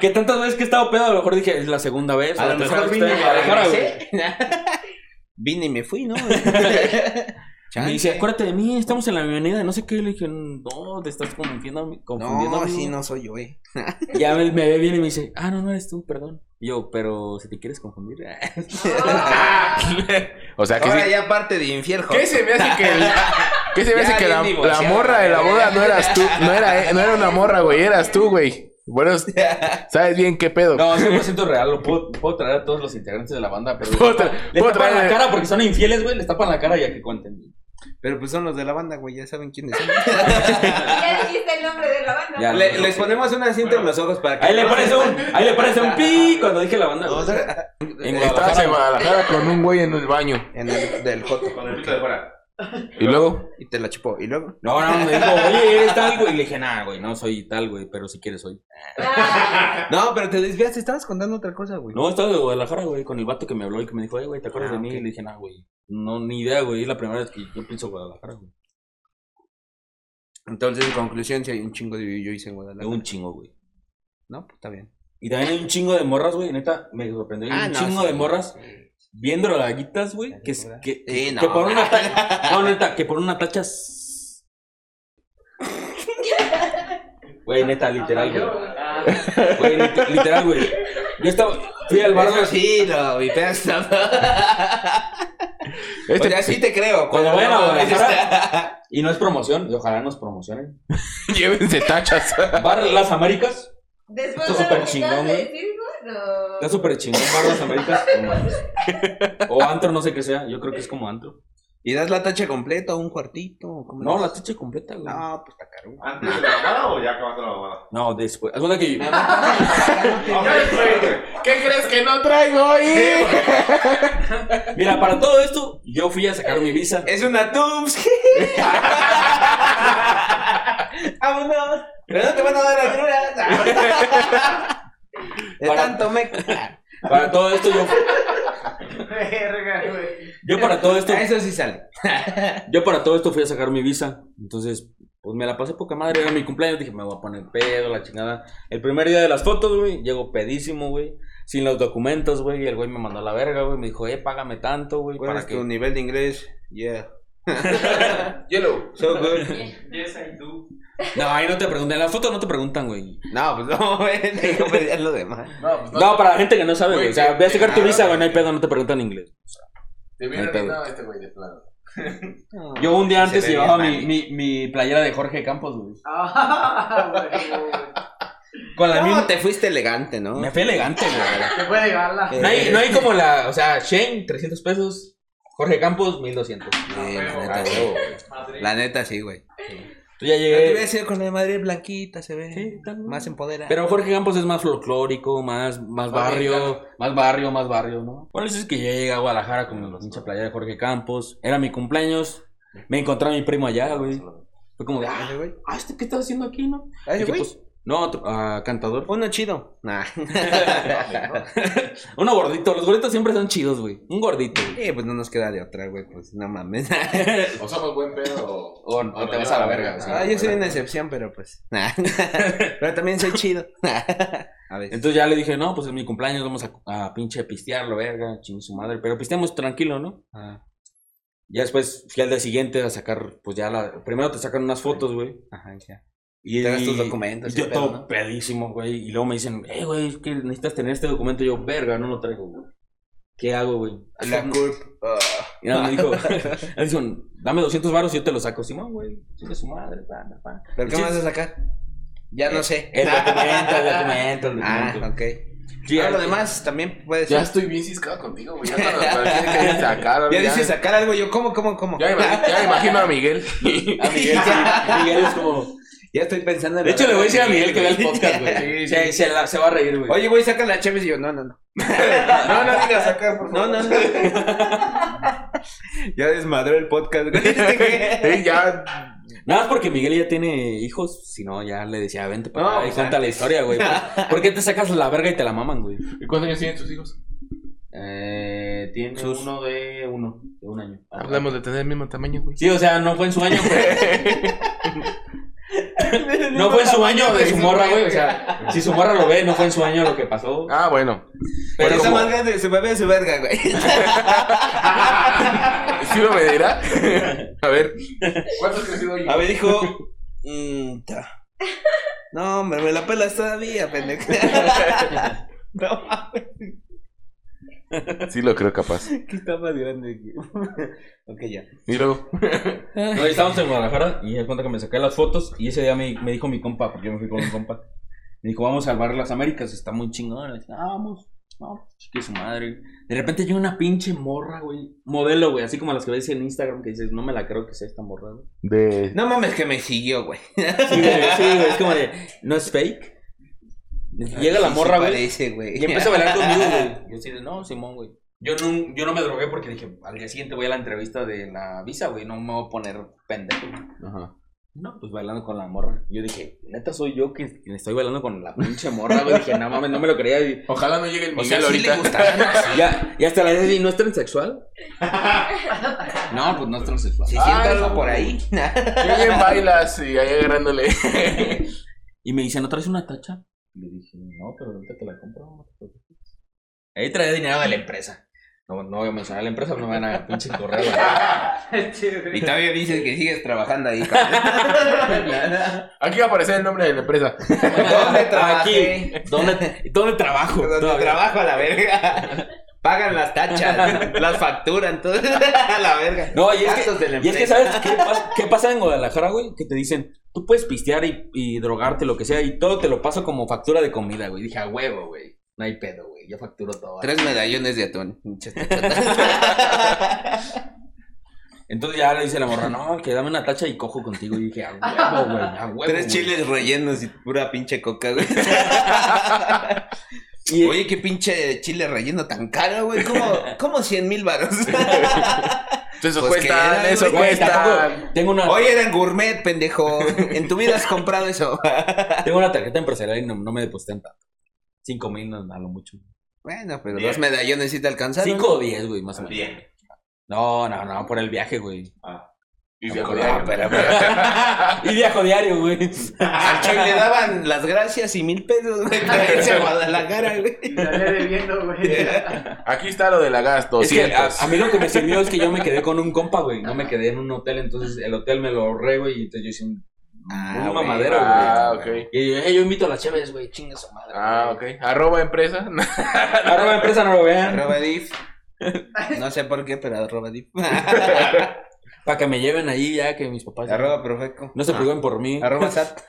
S4: que tantas veces que he estado pedo, a lo mejor dije, es la segunda vez. o
S1: A
S4: la
S1: lo
S4: tercera
S1: mejor
S4: vez que
S1: vine y
S4: estoy en Guadalajara, güey.
S1: regresé. Vine y me fui, ¿no? Chance.
S4: Me dice, acuérdate de mí, estamos en la bienvenida, no sé qué. Le dije, no, te estás confundiendo. confundiendo
S1: No,
S4: amigo".
S1: sí, no soy yo, eh.
S4: Y Ya me, me ve bien y me dice, ah, no, no eres tú, perdón. Y yo, pero si te quieres confundir.
S2: O sea, que
S1: Ahora
S2: sí-
S1: ya parte de infierno.
S2: ¿Qué se me hace que el- ¿Qué se me
S1: Ya
S2: hace que la,
S1: bien
S2: la
S1: divorciado,
S2: morra de la
S1: güey.
S2: boda no eras tú? No era, eh, no era una morra, güey, eras tú, güey. Bueno, es- sabes bien qué pedo.
S4: No, 100% real, lo puedo, puedo traer a todos los integrantes de la banda, pero.
S2: Puedo tra-
S4: le
S2: puedo
S4: tapan la
S2: traer-
S4: cara porque son infieles, güey, les tapan la cara ya que cuenten.
S1: Pero pues son los de la banda, güey, ya saben quiénes son.
S3: Ya dijiste el nombre de la banda.
S4: Ya,
S1: Le- les ponemos una cinta en los ojos para que.
S4: Ahí le parece un, ahí le parece un pi cuando dije la banda. güey. En
S2: Estabas
S4: Guadalajara,
S2: en
S4: güey.
S2: Guadalajara con un güey en el baño.
S1: En el del Joto.
S7: Con el pito de fuera.
S2: Y luego,
S1: Y te la chupó. Y luego.
S4: No, no, me dijo, oye, eres tal, güey. Y le dije, nah, güey, no soy tal, güey, pero si quieres soy.
S3: Ah,
S1: No, pero te desviaste, estabas contando otra cosa, güey.
S4: No, estaba de Guadalajara, güey, con el vato que me habló y que me dijo, "Ey, güey, ¿te acuerdas
S1: Ah,
S4: de mí?
S1: ok.
S4: Y le dije, nah, güey, no, ni idea, güey, es la primera vez que yo pienso Guadalajara, güey.
S1: Entonces, en conclusión, si hay un chingo de yo hice en
S4: De
S1: Guadalajara.
S4: un chingo, güey.
S1: No, pues está bien.
S4: Y también hay un chingo de morras, güey, neta, me sorprendió. Hay
S1: Ah,
S4: un
S1: no,
S4: chingo
S1: sí.
S4: de morras bien drogadictas, güey, que, es- que,
S1: Sí,
S4: que
S1: no.
S4: por una tacha, no, neta, que por una tacha... s- Güey,
S1: Ah,
S4: neta, literal, güey. Güey, lit- literal, güey. Yo estaba, fui al bar, güey.
S1: Eso sí, lo vipeas. ¿no?
S2: este,
S4: Pues
S1: O sea, sí te creo.
S4: Cuando este
S1: pero
S4: vayan a
S1: no mames,
S4: Guadalajara, y no es promoción, y ojalá nos promocionen.
S2: llévense tachas.
S4: Bar Las Américas,
S3: Después
S4: Esto
S3: de
S4: súper
S3: lo que
S4: chingón, ¿eh?
S3: acabas de
S4: güey.
S3: decir, güey, no.
S4: está súper chingón, Bar Las Américas. no mames. O antro, no sé qué sea, yo creo que es como antro.
S1: ¿Y das la tacha completa o un cuartito? o cómo
S4: No,
S1: es?
S4: la tacha completa, güey.
S1: No, pues está caro.
S7: ¿Antes de la mamada o ya acabando la mamada?
S4: No, después. Haz cuenta que yo-
S2: ¿Qué crees que no traigo hoy?
S4: Mira, para todo esto, yo fui a sacar mi visa.
S1: Es una tubs. Vámonos. Pero no te van a dar agruras. De
S4: Para-
S1: tanto me. Ah,
S4: Para todo esto, yo.
S6: Verga, güey.
S4: Yo para todo esto.
S1: Eso sí sale.
S4: Yo para todo esto fui a sacar mi visa. Entonces, pues me la pasé poca madre. Era mi cumpleaños. Dije, me voy a poner pedo, la chingada. El primer día de las fotos, güey. Llego pedísimo, güey. Sin los documentos, güey. Y el güey me mandó a la verga, güey. Me dijo, eh, págame tanto, güey.
S1: ¿Cuál
S4: Para
S1: es tu
S4: que.
S1: nivel de inglés? Yeah.
S2: Yellow.
S1: So good.
S6: Yes, I do.
S4: No, ahí no te preguntan. En las fotos no te preguntan, güey.
S1: No, pues no, güey. Tengo que pedir lo demás.
S2: No, pues
S4: No, para la gente que no sabe, güey. O sea, ve a sacar tu
S2: Ah,
S4: visa, güey. No hay pedo, no te preguntan inglés.
S2: Te
S4: hubiera
S2: viene
S4: arruinado
S2: este güey de plano.
S4: Yo un día
S1: Se
S4: antes
S1: ve
S4: llevaba
S1: bien
S4: mi,
S1: mal.
S4: mi, mi playera de Jorge Campos, güey.
S6: Ah, güey, güey.
S4: Con la
S1: No,
S4: misma.
S1: te fuiste elegante, ¿no?
S4: Me fui elegante, güey.
S6: Te puede llevarla.
S1: Eh,
S4: No hay, no hay como la, o sea, Shane, 300 pesos. Jorge Campos, 1200.
S1: Sí, la,
S6: Ah,
S1: neta, sí. la neta, sí, güey.
S4: Tú ya
S1: Te hubiera
S4: llegué.
S1: sido con la madre blanquita, se ve.
S4: Eh, Sí, tal vez.
S1: Más empoderada.
S4: Pero Jorge Campos es más folclórico, más, más barrio, más barrio, más barrio, ¿no? Bueno, eso es que yo llegué a Guadalajara con la pinche playa de Jorge Campos. Era mi cumpleaños. Me encontré a mi primo allá, güey. Fue como de,
S1: Ah,
S4: ah,
S1: ese güey.
S4: ah, ¿este qué estás haciendo aquí, no?
S1: Ah, ese
S4: Y que,
S1: güey.
S4: pues, no, otro, ah, cantador.
S1: Uno chido. Nah.
S4: Uno gordito. Los gorditos siempre son chidos, güey. Un gordito. güey.
S1: Eh, pues no nos queda de otra, güey. Pues no mames.
S2: O somos buen pedo o...
S4: O, o te vas a la verga. o sea,
S1: Ah, yo soy una excepción, pero pues. nah. Pero también soy chido. A ver.
S4: Entonces ya le dije, no, pues es mi cumpleaños, vamos a, a pinche pistearlo, verga, ching su madre. Pero pisteamos tranquilo, ¿no?
S1: Ah,
S4: Ya después fui al día siguiente a sacar, pues ya la. Primero te sacan unas fotos, güey.
S1: Ajá, ya.
S4: Y
S1: Te das tus documentos y
S4: Yo
S1: el pedo,
S4: todo
S1: ¿no?
S4: pedísimo, güey. Y luego me dicen, eh, güey, es que necesitas tener este documento. Y yo, verga, no lo traigo, güey. ¿Qué hago, güey?
S1: La curp. ah.
S4: Y nada, me dijo, me dijo, dame 200 baros y yo te lo saco. Simón, güey, chinga su madre, pa, pa, pa.
S1: ¿Pero qué
S4: Sí.
S1: me vas a sacar? Ya no sé.
S4: El documento, el documento, el
S1: Ah,
S4: documento.
S1: ok.
S4: Sí,
S1: Ah, lo
S4: ahí-
S1: demás también puede
S2: Ya
S1: ser.
S2: estoy bien ciscado contigo, güey. Ya cuando cuando tienes que sacar,
S1: Ya dices sacar algo, yo, ¿cómo, cómo, cómo?
S2: Ya me imagino, ya me imagino a Miguel.
S4: A Miguel, sí, Miguel es como.
S1: Ya estoy pensando en.
S4: De hecho, le voy a decir a Miguel que vea el
S1: güey.
S4: podcast, güey. Se, se la- se va a reír, güey.
S1: Oye, güey, saca la Chévez y yo, no, no, no.
S2: No, no digas sacar, por
S1: No, no, no. ya desmadró el podcast, güey. Este güey.
S2: Ey, ya.
S4: Nada más porque Miguel ya tiene hijos, si no, ya le decía, vente para
S1: No,
S4: acá y
S1: pues,
S4: cuenta la historia, güey. ¿Por, por qué te sacas la verga y te la maman, güey?
S2: ¿Y cuántos años tienen tus hijos?
S4: Eh, tiene
S1: Sus-
S4: uno de uno, de un
S2: Ah,
S4: año.
S2: Hablamos de tener el mismo tamaño, güey.
S4: Sí, o sea, no fue en su año, güey. No fue en su año de su morra, güey. O sea, si su morra lo ve, no fue en su año lo que pasó.
S2: Ah, bueno.
S1: Pero
S2: Pero
S1: esa
S2: como-
S1: más grande se mueve a su verga, güey.
S2: ¿Sí lo medirá? A ver.
S5: ¿Cuánto has crecido hoy?
S1: A ver, dijo. mm, ta. No, hombre, me la pelas todavía, pendejo. No,
S2: Sí lo creo capaz.
S1: que está más grande. que- ok, ya.
S2: Y luego.
S4: No, estábamos en Guadalajara y me cuenta que me saqué las fotos y ese día me, me dijo mi compa, porque yo me fui con un compa, me dijo, vamos al bar Las Américas, está muy chingón. Le dije, "Ah, vamos, vamos, chique su madre. De repente llega una pinche morra, güey, modelo, güey, así como las que ves en Instagram que dices, no me la creo que sea esta morra, güey.
S2: De.
S1: No mames, que me siguió, güey.
S4: Sí, güey, sí, güey, es como de, no es fake. Llega la
S1: Sí, sí
S4: morra, güey,
S1: parece, güey.
S4: y empieza a bailar conmigo, güey. Yo así de, no, Simón, güey. Yo no, yo no me drogué porque dije, al día siguiente voy a la entrevista de la visa, güey, no me voy a poner pendejo.
S2: Ajá.
S4: No, pues bailando con la morra. Yo dije, neta soy yo que que estoy bailando con la pinche morra, güey. Dije, no mames, no me lo creía. Y,
S2: Ojalá no llegue el
S4: o
S2: Miguel
S4: sea, sí
S2: ahorita.
S4: le gustaba. Ya, y hasta la vez, ¿y no es transexual? No, pues no es transexual.
S1: Si siento
S2: Ay,
S1: algo
S2: no,
S1: por ahí.
S2: Yo bien bailas y ahí agarrándole.
S4: Y me dice, ¿no traes una tacha? Le dije, no, pero ahorita te la compro. no te preocupes". Ahí traía dinero de la empresa. No, no voy a mencionar la empresa, no me van a pinche correo.
S1: Y todavía dices que sigues trabajando ahí,
S2: Aquí va a aparecer el nombre de la empresa.
S1: ¿Dónde trabajé?
S4: Aquí, ¿dónde, ¿Dónde trabajo?
S1: Donde
S4: Todavía.
S1: trabajo a la verga. Pagan las tachas, las facturan, todo. A la verga.
S4: No, y es que,
S1: Gastos de la
S4: y es que
S1: empresa.
S4: ¿sabes qué pasa, qué pasa en Guadalajara, güey? Que te dicen, tú puedes pistear y, y drogarte, lo que sea, y todo te lo paso como factura de comida, güey. Dije, a huevo, güey. No hay pedo, güey. Yo facturo todo.
S1: Tres medallones de atún.
S4: Entonces ya le dice la morra, no, que dame una tacha y cojo contigo. Y dije, a huevo, güey, a huevo.
S1: Tres
S4: güey".
S1: chiles rellenos y pura pinche coca, güey.
S4: Y-
S1: Oye, qué pinche chile relleno tan caro, güey. ¿Cómo, cómo 100 mil baros?
S2: Eso
S1: Pues
S2: cuesta,
S1: que-
S2: eso
S4: güey,
S2: cuesta.
S4: tampoco- tengo una,
S1: Oye, eran gourmet, pendejo. En tu vida has comprado eso.
S4: tengo una tarjeta empresarial y no, no me depositan tanto. Cinco mil, no, a lo mucho.
S1: Bueno, pero
S7: Bien.
S1: dos medallones sí te alcanzaron.
S4: Cinco o diez, güey, más o
S7: Al
S4: menos.
S7: día.
S4: No, no, no, por el viaje, güey.
S2: Y
S1: No,
S2: se
S1: pero-
S2: acordaba.
S1: pero- pero-
S4: Y viajo diario, güey.
S1: Al Chuy le daban las gracias y mil pesos, güey, para irse a Guadalajara, güey.
S6: Estaría debiendo, güey.
S2: Aquí está lo de la gas,
S4: Es que ah, a,
S2: 200.
S4: a mí lo que me sirvió es que yo me quedé con un compa, güey. No me quedé en un hotel, entonces el hotel me lo ahorré, güey. Y entonces yo hice un,
S1: Ah,
S4: un
S1: güey.
S4: mamadero, güey.
S2: Ah, ok.
S4: Y yo, "Eh, yo invito a las chaves, güey. Chinga su madre.
S2: Ah, ok. Arroba empresa.
S4: Arroba empresa, no lo vean.
S1: Arroba diff. No sé por qué, pero arroba diff.
S4: Para que me lleven ahí ya, que mis papás.
S1: arroba profeco.
S4: No se preocupen por mí.
S1: Arroba sat.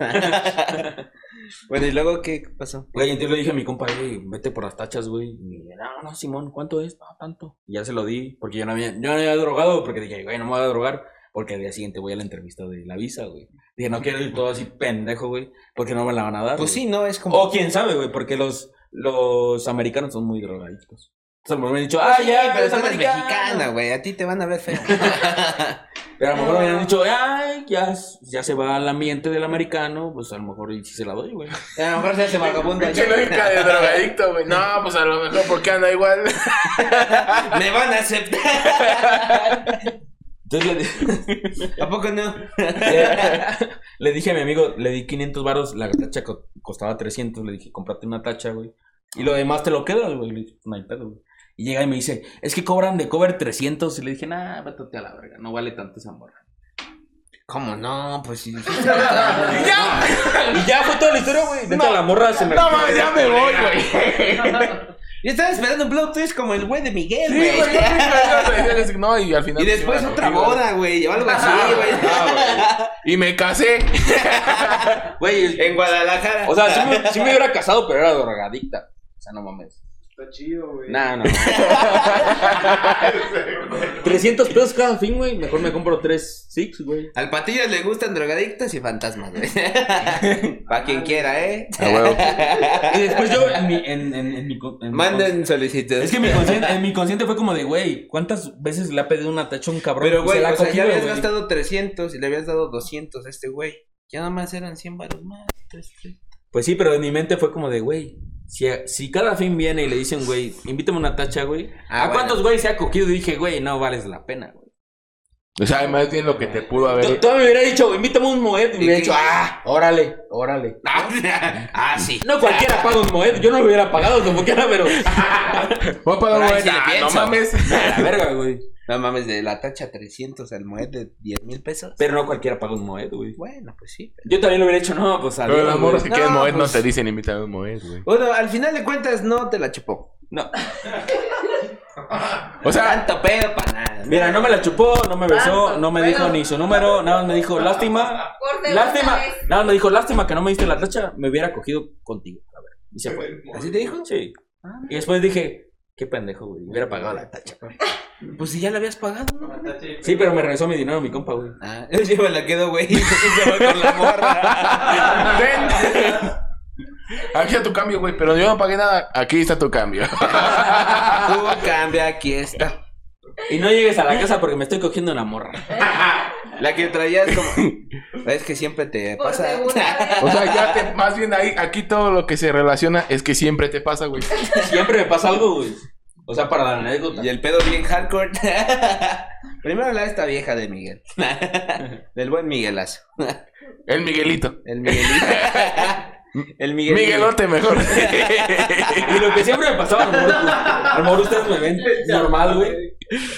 S1: bueno, ¿y luego qué pasó?
S4: Güey, entonces le dije a mi compa, güey, vete por las tachas, güey. Y me dice, no, no, Simón, ¿cuánto es? No, tanto. Y ya se lo di, porque yo no había, yo no había drogado, porque dije, güey, no me voy a drogar, porque al día siguiente voy a la entrevista de la visa, güey. Dije, no quiero ir todo así pendejo, güey, porque no me la van a dar.
S1: Pues
S4: güey".
S1: sí, no, es como.
S4: O quién sabe, güey, porque los, los americanos son muy drogadictos. O sea, me hubieran dicho, ah, ya,
S1: Pues pero
S4: pero
S1: tú
S4: es
S1: eres mexicana,
S4: mexicana.
S1: güey. A ti te van a ver feo.
S4: Pero a lo mejor me
S1: Ah.
S4: hubieran dicho, ay, ya, ya se va al ambiente del americano, pues a lo mejor y sí se la doy, güey.
S1: A lo mejor se hace vagabundo.
S2: Pinche lógica de drogadicto, güey. No, pues a lo mejor porque anda igual.
S1: Me van a aceptar.
S4: Entonces le, di-
S1: ¿A poco no?
S4: le- le dije a mi amigo, le di 500 baros, la tacha co- costaba 300, le dije, cómprate una tacha, güey. Y lo demás te lo quedas, güey. Le dije, no hay pedo, güey. Y llega y me dice, es que cobran de cover 300. Y le dije, nah, vétate a la verga, no vale tanto esa morra.
S1: ¿Cómo no? Pues sí.
S4: Y ya fue toda la historia, güey. Neta, la morra se me...
S2: No, mames, ya me voy, güey.
S1: Yo estaba esperando un plot twist como el güey de Miguel,
S2: Sí, güey, yo
S1: güey.
S2: pensé que- No, y al final.
S1: Y después
S2: sí,
S1: otra
S2: güey.
S1: boda, güey, o algo así, Ah, güey.
S2: Y me casé.
S4: Güey,
S1: En Guadalajara.
S4: O sea, sí me, sí me hubiera casado, pero era drogadicta. O sea, no mames.
S6: Está chido, güey.
S4: Nah, no. 300 pesos cada fin, güey. Mejor me compro 3 six, güey.
S1: Al patillas le gustan drogadictas y fantasmas, güey. Para quien quiera, ¿eh?
S4: Y después yo en mi. En, en- en mi con- en mi cons-
S1: Manden solicitudes.
S4: Es que mi consciente, en mi consciente fue como de, güey, ¿cuántas veces le ha pedido una tacha a un cabrón?
S1: Pero,
S4: Y
S1: güey,
S4: se la ha
S1: o sea, ya
S4: cogido,
S1: habías
S4: güey?
S1: gastado 300 y le habías dado 200 a este güey. Ya nada más eran 100 baros más. tres, tres.
S4: Pues sí, pero en mi mente fue como de, güey. Si, a- si cada fin viene y le dicen, güey, invítame una tacha, güey.
S1: Ah,
S4: ¿A
S1: bueno.
S4: cuántos güey se ha cogido? Y dije, güey, no vales la pena, güey.
S2: O sea, más bien lo que te pudo
S4: Tú
S2: haber.
S4: tú me hubieras dicho, invítame un moed. Y me hubiera dicho, ah, órale, órale.
S1: ah, sí.
S4: No cualquiera paga un moed. Yo no lo hubiera pagado como quiera, pero.
S2: Voy a pagar
S1: Ay,
S2: un
S1: sí le
S2: Ah, No
S1: pienso.
S2: mames.
S4: La verga, güey.
S1: No mames, de la tacha 300 al moed de 10 mil pesos.
S4: Pero no cualquiera paga un moed, güey.
S1: Bueno, pues sí.
S4: Yo también lo hubiera hecho, no, pues
S2: Pero el
S4: adiós,
S2: amor,
S4: güey.
S2: si quieres
S1: No,
S2: moed, no
S1: pues-
S2: te dicen invítame a un moed, güey.
S1: Bueno, al final de cuentas no te la chupó.
S4: No.
S2: O sea,
S1: Tanto pedo para nada.
S4: Mira, no me la chupó, no me besó,
S3: Tanto,
S4: no me
S3: pero-
S4: dijo ni su número, nada más me dijo, lástima.
S3: Por segunda
S4: Lástima,
S3: vez.
S4: nada más me dijo, lástima que no me diste la tacha, me hubiera cogido contigo. A ver, y se fue.
S1: ¿Así te dijo?
S4: Sí. Y después dije, qué pendejo, güey, hubiera pagado la tacha.
S1: Pues si ya la habías pagado, ¿no?
S4: Sí, pero me regresó mi dinero mi compa, güey.
S1: Ah, yo me la quedo, güey. Se va con la morra.
S2: ven. Aquí está tu cambio, güey, pero yo no pagué nada. Aquí está tu cambio.
S1: Tú cambia, aquí está.
S4: Y no llegues a la casa porque me estoy cogiendo una morra.
S1: La que traías como. Es que siempre te
S3: Por
S1: pasa.
S3: segunda vez.
S2: O sea, ya te, más bien ahí, aquí todo lo que se relaciona es que siempre te pasa, güey.
S4: Siempre me pasa algo, güey. O sea, para la anécdota.
S1: Y el pedo bien hardcore. Primero la de esta vieja de Miguel. Del buen Miguelazo.
S2: El Miguelito.
S1: El Miguelito. El Miguelito.
S2: Miguelote mejor.
S4: Y lo que siempre me pasaba, a lo mejor, a lo mejor ustedes me ven normal, güey.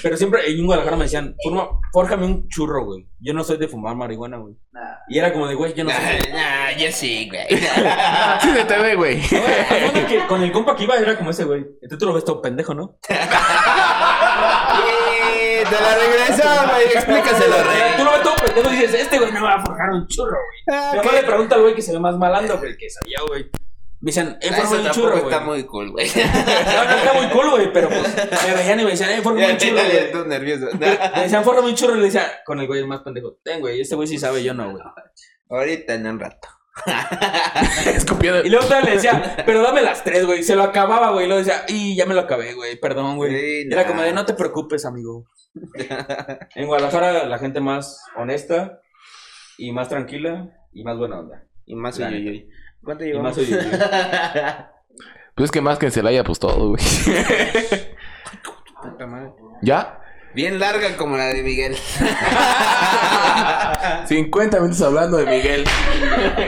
S4: Pero siempre ahí en Guadalajara me decían, "Forma- fórjame un churro, güey. Yo no soy de fumar marihuana, güey. Y era como de, güey, yo no sé.
S1: Ah, yo sí, güey.
S2: Sí se te ve, güey.
S4: Güey, haz cuenta que con el compa que iba era como ese, güey. Entonces tú lo ves todo pendejo, ¿no?
S1: Eh, Te la regresó, güey. Explícaselo,
S4: Tú
S1: rey.
S4: lo ves todo pendejo y dices, este güey no me va a forjar un churro, güey.
S1: Ah,
S4: Mejor
S1: ¿qué?
S4: le pregunta al güey que se ve más malandro, güey, que sabía, güey. Me decían, eh,
S1: Ah, Eso
S4: fórjame un
S1: tampoco
S4: churro, güey.
S1: está muy cool, güey.
S4: No, no está muy cool, güey, pero pues me veían y me decían, eh, fórjame
S1: Ya
S4: un churro,
S1: ya
S4: güey.
S1: estoy nervioso.
S4: Le decían, fórrame un churro y le decía, con el güey más pendejo. Ten, güey, este güey sí sabe, yo no, güey.
S1: Ahorita en un rato.
S2: Escupiendo.
S4: Y luego todavía le decía, pero dame las tres, güey. Se lo acababa, güey. Y luego decía, y ya me lo acabé, güey. Perdón, güey.
S1: Sí,
S4: Y Era
S1: nah.
S4: como de, no te preocupes, amigo. en Guadalajara, la gente más honesta y más tranquila y más buena onda.
S1: Y más
S4: La
S1: uyuyuy. ¿Cuánto
S4: Y más
S1: llevamos?
S4: oyuyuy.
S2: Pues es que más que en Celaya, pues todo, güey.
S1: Puta madre.
S2: ¿Ya?
S1: Bien larga como la de Miguel.
S2: 50 minutos hablando de Miguel.
S1: Del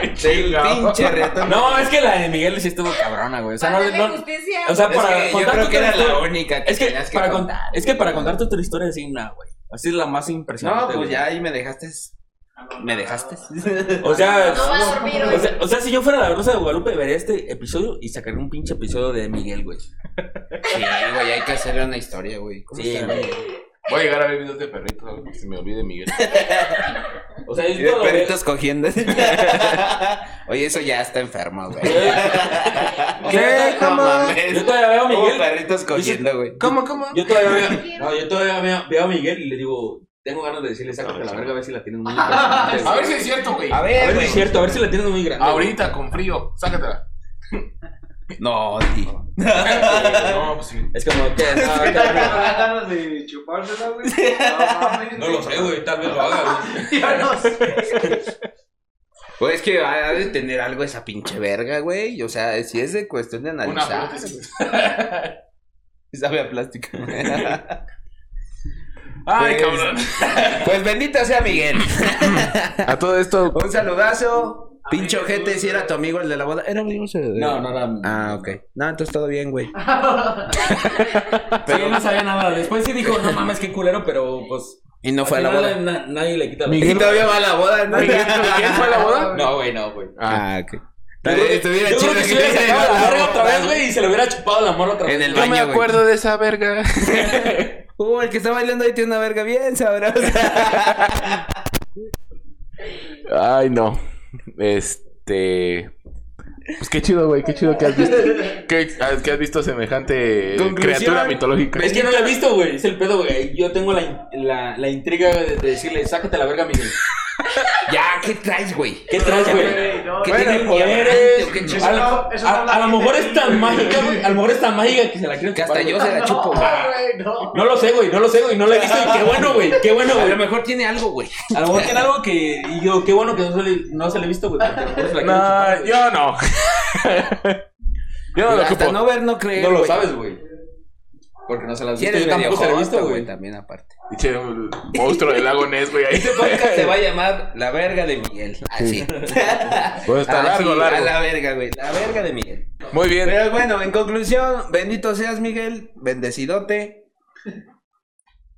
S1: pinche reatón.
S4: No, es que la de Miguel sí estuvo cabrona, güey. O sea, no,
S3: Para darle
S4: no-
S3: justicia.
S4: o sea
S1: Es
S4: para
S1: que yo
S4: contar
S1: creo
S4: tu
S1: que era la
S4: historia-
S1: única que
S4: Es que,
S1: tenías que
S4: para
S1: contar.
S4: contar, es que para contarte tu historia sí, nada, güey. Así es la más impresionante.
S1: No, pues
S4: güey.
S1: ya ahí me dejaste. Me dejaste.
S4: O sea,
S3: No va a dormir hoy.
S4: o sea, o sea, si yo fuera la Rosa de Guadalupe, vería este episodio y sacaría un pinche episodio de Miguel, güey.
S1: Sí, güey, hay que hacerle una historia, güey. ¿Cómo
S4: Sí,
S1: se llama?
S4: güey.
S2: Voy a llegar a ver videos de perritos, algo que se me olvide Miguel.
S4: O sea,
S1: Y de
S4: yo lo veo-
S1: perritos cogiendo. Oye, eso ya está enfermo, güey.
S4: ¿Qué?
S1: No
S4: ¿Cómo?
S1: mames.
S4: Yo todavía veo a
S1: Como
S4: Miguel.
S1: perritos cogiendo, güey.
S2: ¿Cómo, cómo?
S4: Yo todavía veo, no, yo todavía veo, veo a Miguel y le digo, tengo ganas de decirle, sácate la verga, a ver si la tienes muy grande.
S2: A ver si es cierto, güey.
S1: A
S4: A
S1: ver,
S4: ver si
S1: güey.
S4: es cierto, a ver si la tienes muy grande.
S2: Ahorita, con frío. Sácatela.
S1: No, tío.
S2: No, pues sí.
S4: Es como que no, que no,
S6: ¿Tienes ganas de chupársela, güey? No, mames.
S4: no lo sé, güey, tal vez lo haga, güey.
S6: Yo no sé.
S1: Pues es que ha de tener algo esa pinche verga, güey. O sea, si es de cuestión de
S2: Una
S1: analizar.
S2: prótesis.
S1: Sabe a plástico.
S2: Ay,
S1: Pues-
S2: cabrón.
S1: pues bendito sea Miguel.
S2: A todo esto.
S1: Un saludazo. Pinche ojete, si era tu amigo el de la boda. Era mi amigo. ese de-
S4: No, no, no.
S1: Ah, ok. No, entonces todo bien, güey.
S4: Pero no sabía nada. Después sí dijo, no mames, qué culero, pero pues.
S1: Y no fue a
S4: al
S1: la
S4: final
S1: boda.
S4: na- nadie le quita la
S1: Y todavía va a la boda, ¿no?
S2: ¿Miguel Miguel fue a la boda?
S4: No, güey, no, güey.
S1: Ah, ok.
S4: Yo creo que-
S1: Estuviera
S4: yo
S1: chido
S4: creo
S1: que
S4: que se hubiera
S1: te
S4: sacado
S1: haya
S4: la verga
S1: dado
S4: otra vez, güey, y se le hubiera chupado el amor otra vez.
S1: En el
S2: Yo me
S1: baño, güey.
S2: acuerdo de esa verga.
S1: Uh, el que está bailando ahí tiene una verga bien sabrosa.
S2: Ay, no. Este. Pues qué chido, güey. Qué chido que has visto. Que, que has visto semejante
S1: Conclusión.
S2: criatura mitológica.
S4: Es que no la he visto, güey. Es el pedo, güey. Yo tengo la, in- la, la intriga de, de decirle, sácate la verga, Miguel.
S1: ya, ¿qué traes, güey?
S4: ¿Qué traes, güey?
S6: Güey, no,
S1: ¿Qué
S6: güey.
S4: Bueno,
S1: tiene
S4: poderes,
S1: diamante o qué
S6: Eso
S4: A,
S1: chingado?
S4: la-
S6: no- eso
S4: a-
S6: no habla
S4: a lo
S6: bien
S4: mejor
S6: de
S4: es
S6: ti,
S4: tan
S6: güey.
S4: mágica, güey. A lo mejor es tan mágica que se la quieren
S1: Que
S4: chupar,
S1: hasta
S4: güey.
S1: yo se la chupo, güey.
S6: No, güey, no.
S4: No lo sé, güey. No lo sé, güey. No la he visto. y qué bueno, güey. Qué bueno,
S1: A
S4: güey.
S1: lo mejor tiene algo, güey.
S4: A lo mejor tiene algo que. Y yo, qué bueno que no se le, no se le he visto, güey. porque a lo mejor se la quieren chupar,
S2: No,
S4: güey.
S2: yo no. yo no lo
S1: Hasta
S2: ocupo.
S1: no ver, no creer.
S4: No lo
S1: güey.
S4: sabes, güey. Porque no se las
S1: Si
S4: viste.
S1: eres
S4: Yo
S1: medio
S4: tampoco se las he visto,
S1: joto,
S4: güey.
S1: güey, también aparte.
S2: Pinche monstruo del lago Ness, güey. Ahí.
S1: Este podcast se va a llamar La Verga de Miguel. Así.
S2: Bueno, está largo,
S1: Así, A
S2: largo.
S1: la verga, güey. La verga de Miguel.
S2: Muy bien.
S1: Pero bueno, en conclusión, bendito seas, Miguel. Bendecidote.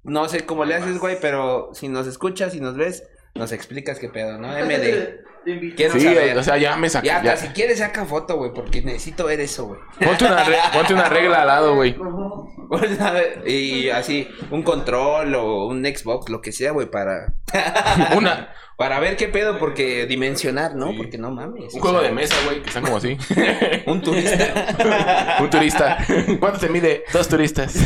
S1: No sé cómo le haces, güey, pero si nos escuchas, si nos ves, nos explicas qué pedo, ¿no? MD.
S6: Te invito.
S1: Quiero
S2: Sí,
S1: saber.
S2: o sea, ya me saqué.
S1: Ya,
S2: ya.
S1: hasta si quieres saca foto, güey, porque necesito ver eso, güey.
S2: Ponte, una re- ponte una regla al lado, güey.
S1: y así, un control o un Xbox, lo que sea, güey, para,
S2: Una,
S1: para ver qué pedo, porque dimensionar, ¿no? Porque no mames.
S2: un
S1: o
S2: juego
S1: sea,
S2: de mesa, güey, que están como así.
S1: Un turista.
S2: Un turista. ¿Cuánto te mide? Dos turistas.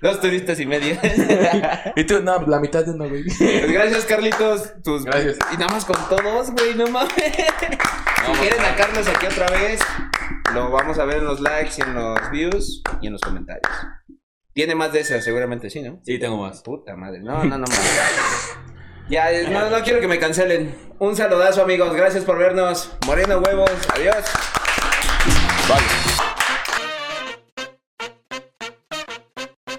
S1: Dos turistas y medio.
S2: Y tú, no, la mitad de una, güey.
S1: Pues gracias, Carlitos. Tus-
S2: Gracias.
S1: Y nada más con todos, güey, no mames. si quieren a Carlos aquí otra vez, lo vamos a ver en los likes, y en los views y en los comentarios. Tiene más de esas, seguramente sí, ¿no?
S4: Sí, tengo más.
S1: Puta madre, no, no, no mames. Ya, eh, no, no quiero que me cancelen. Un saludazo, amigos. Gracias por vernos. Moreno Huevos, adiós.
S2: Vale.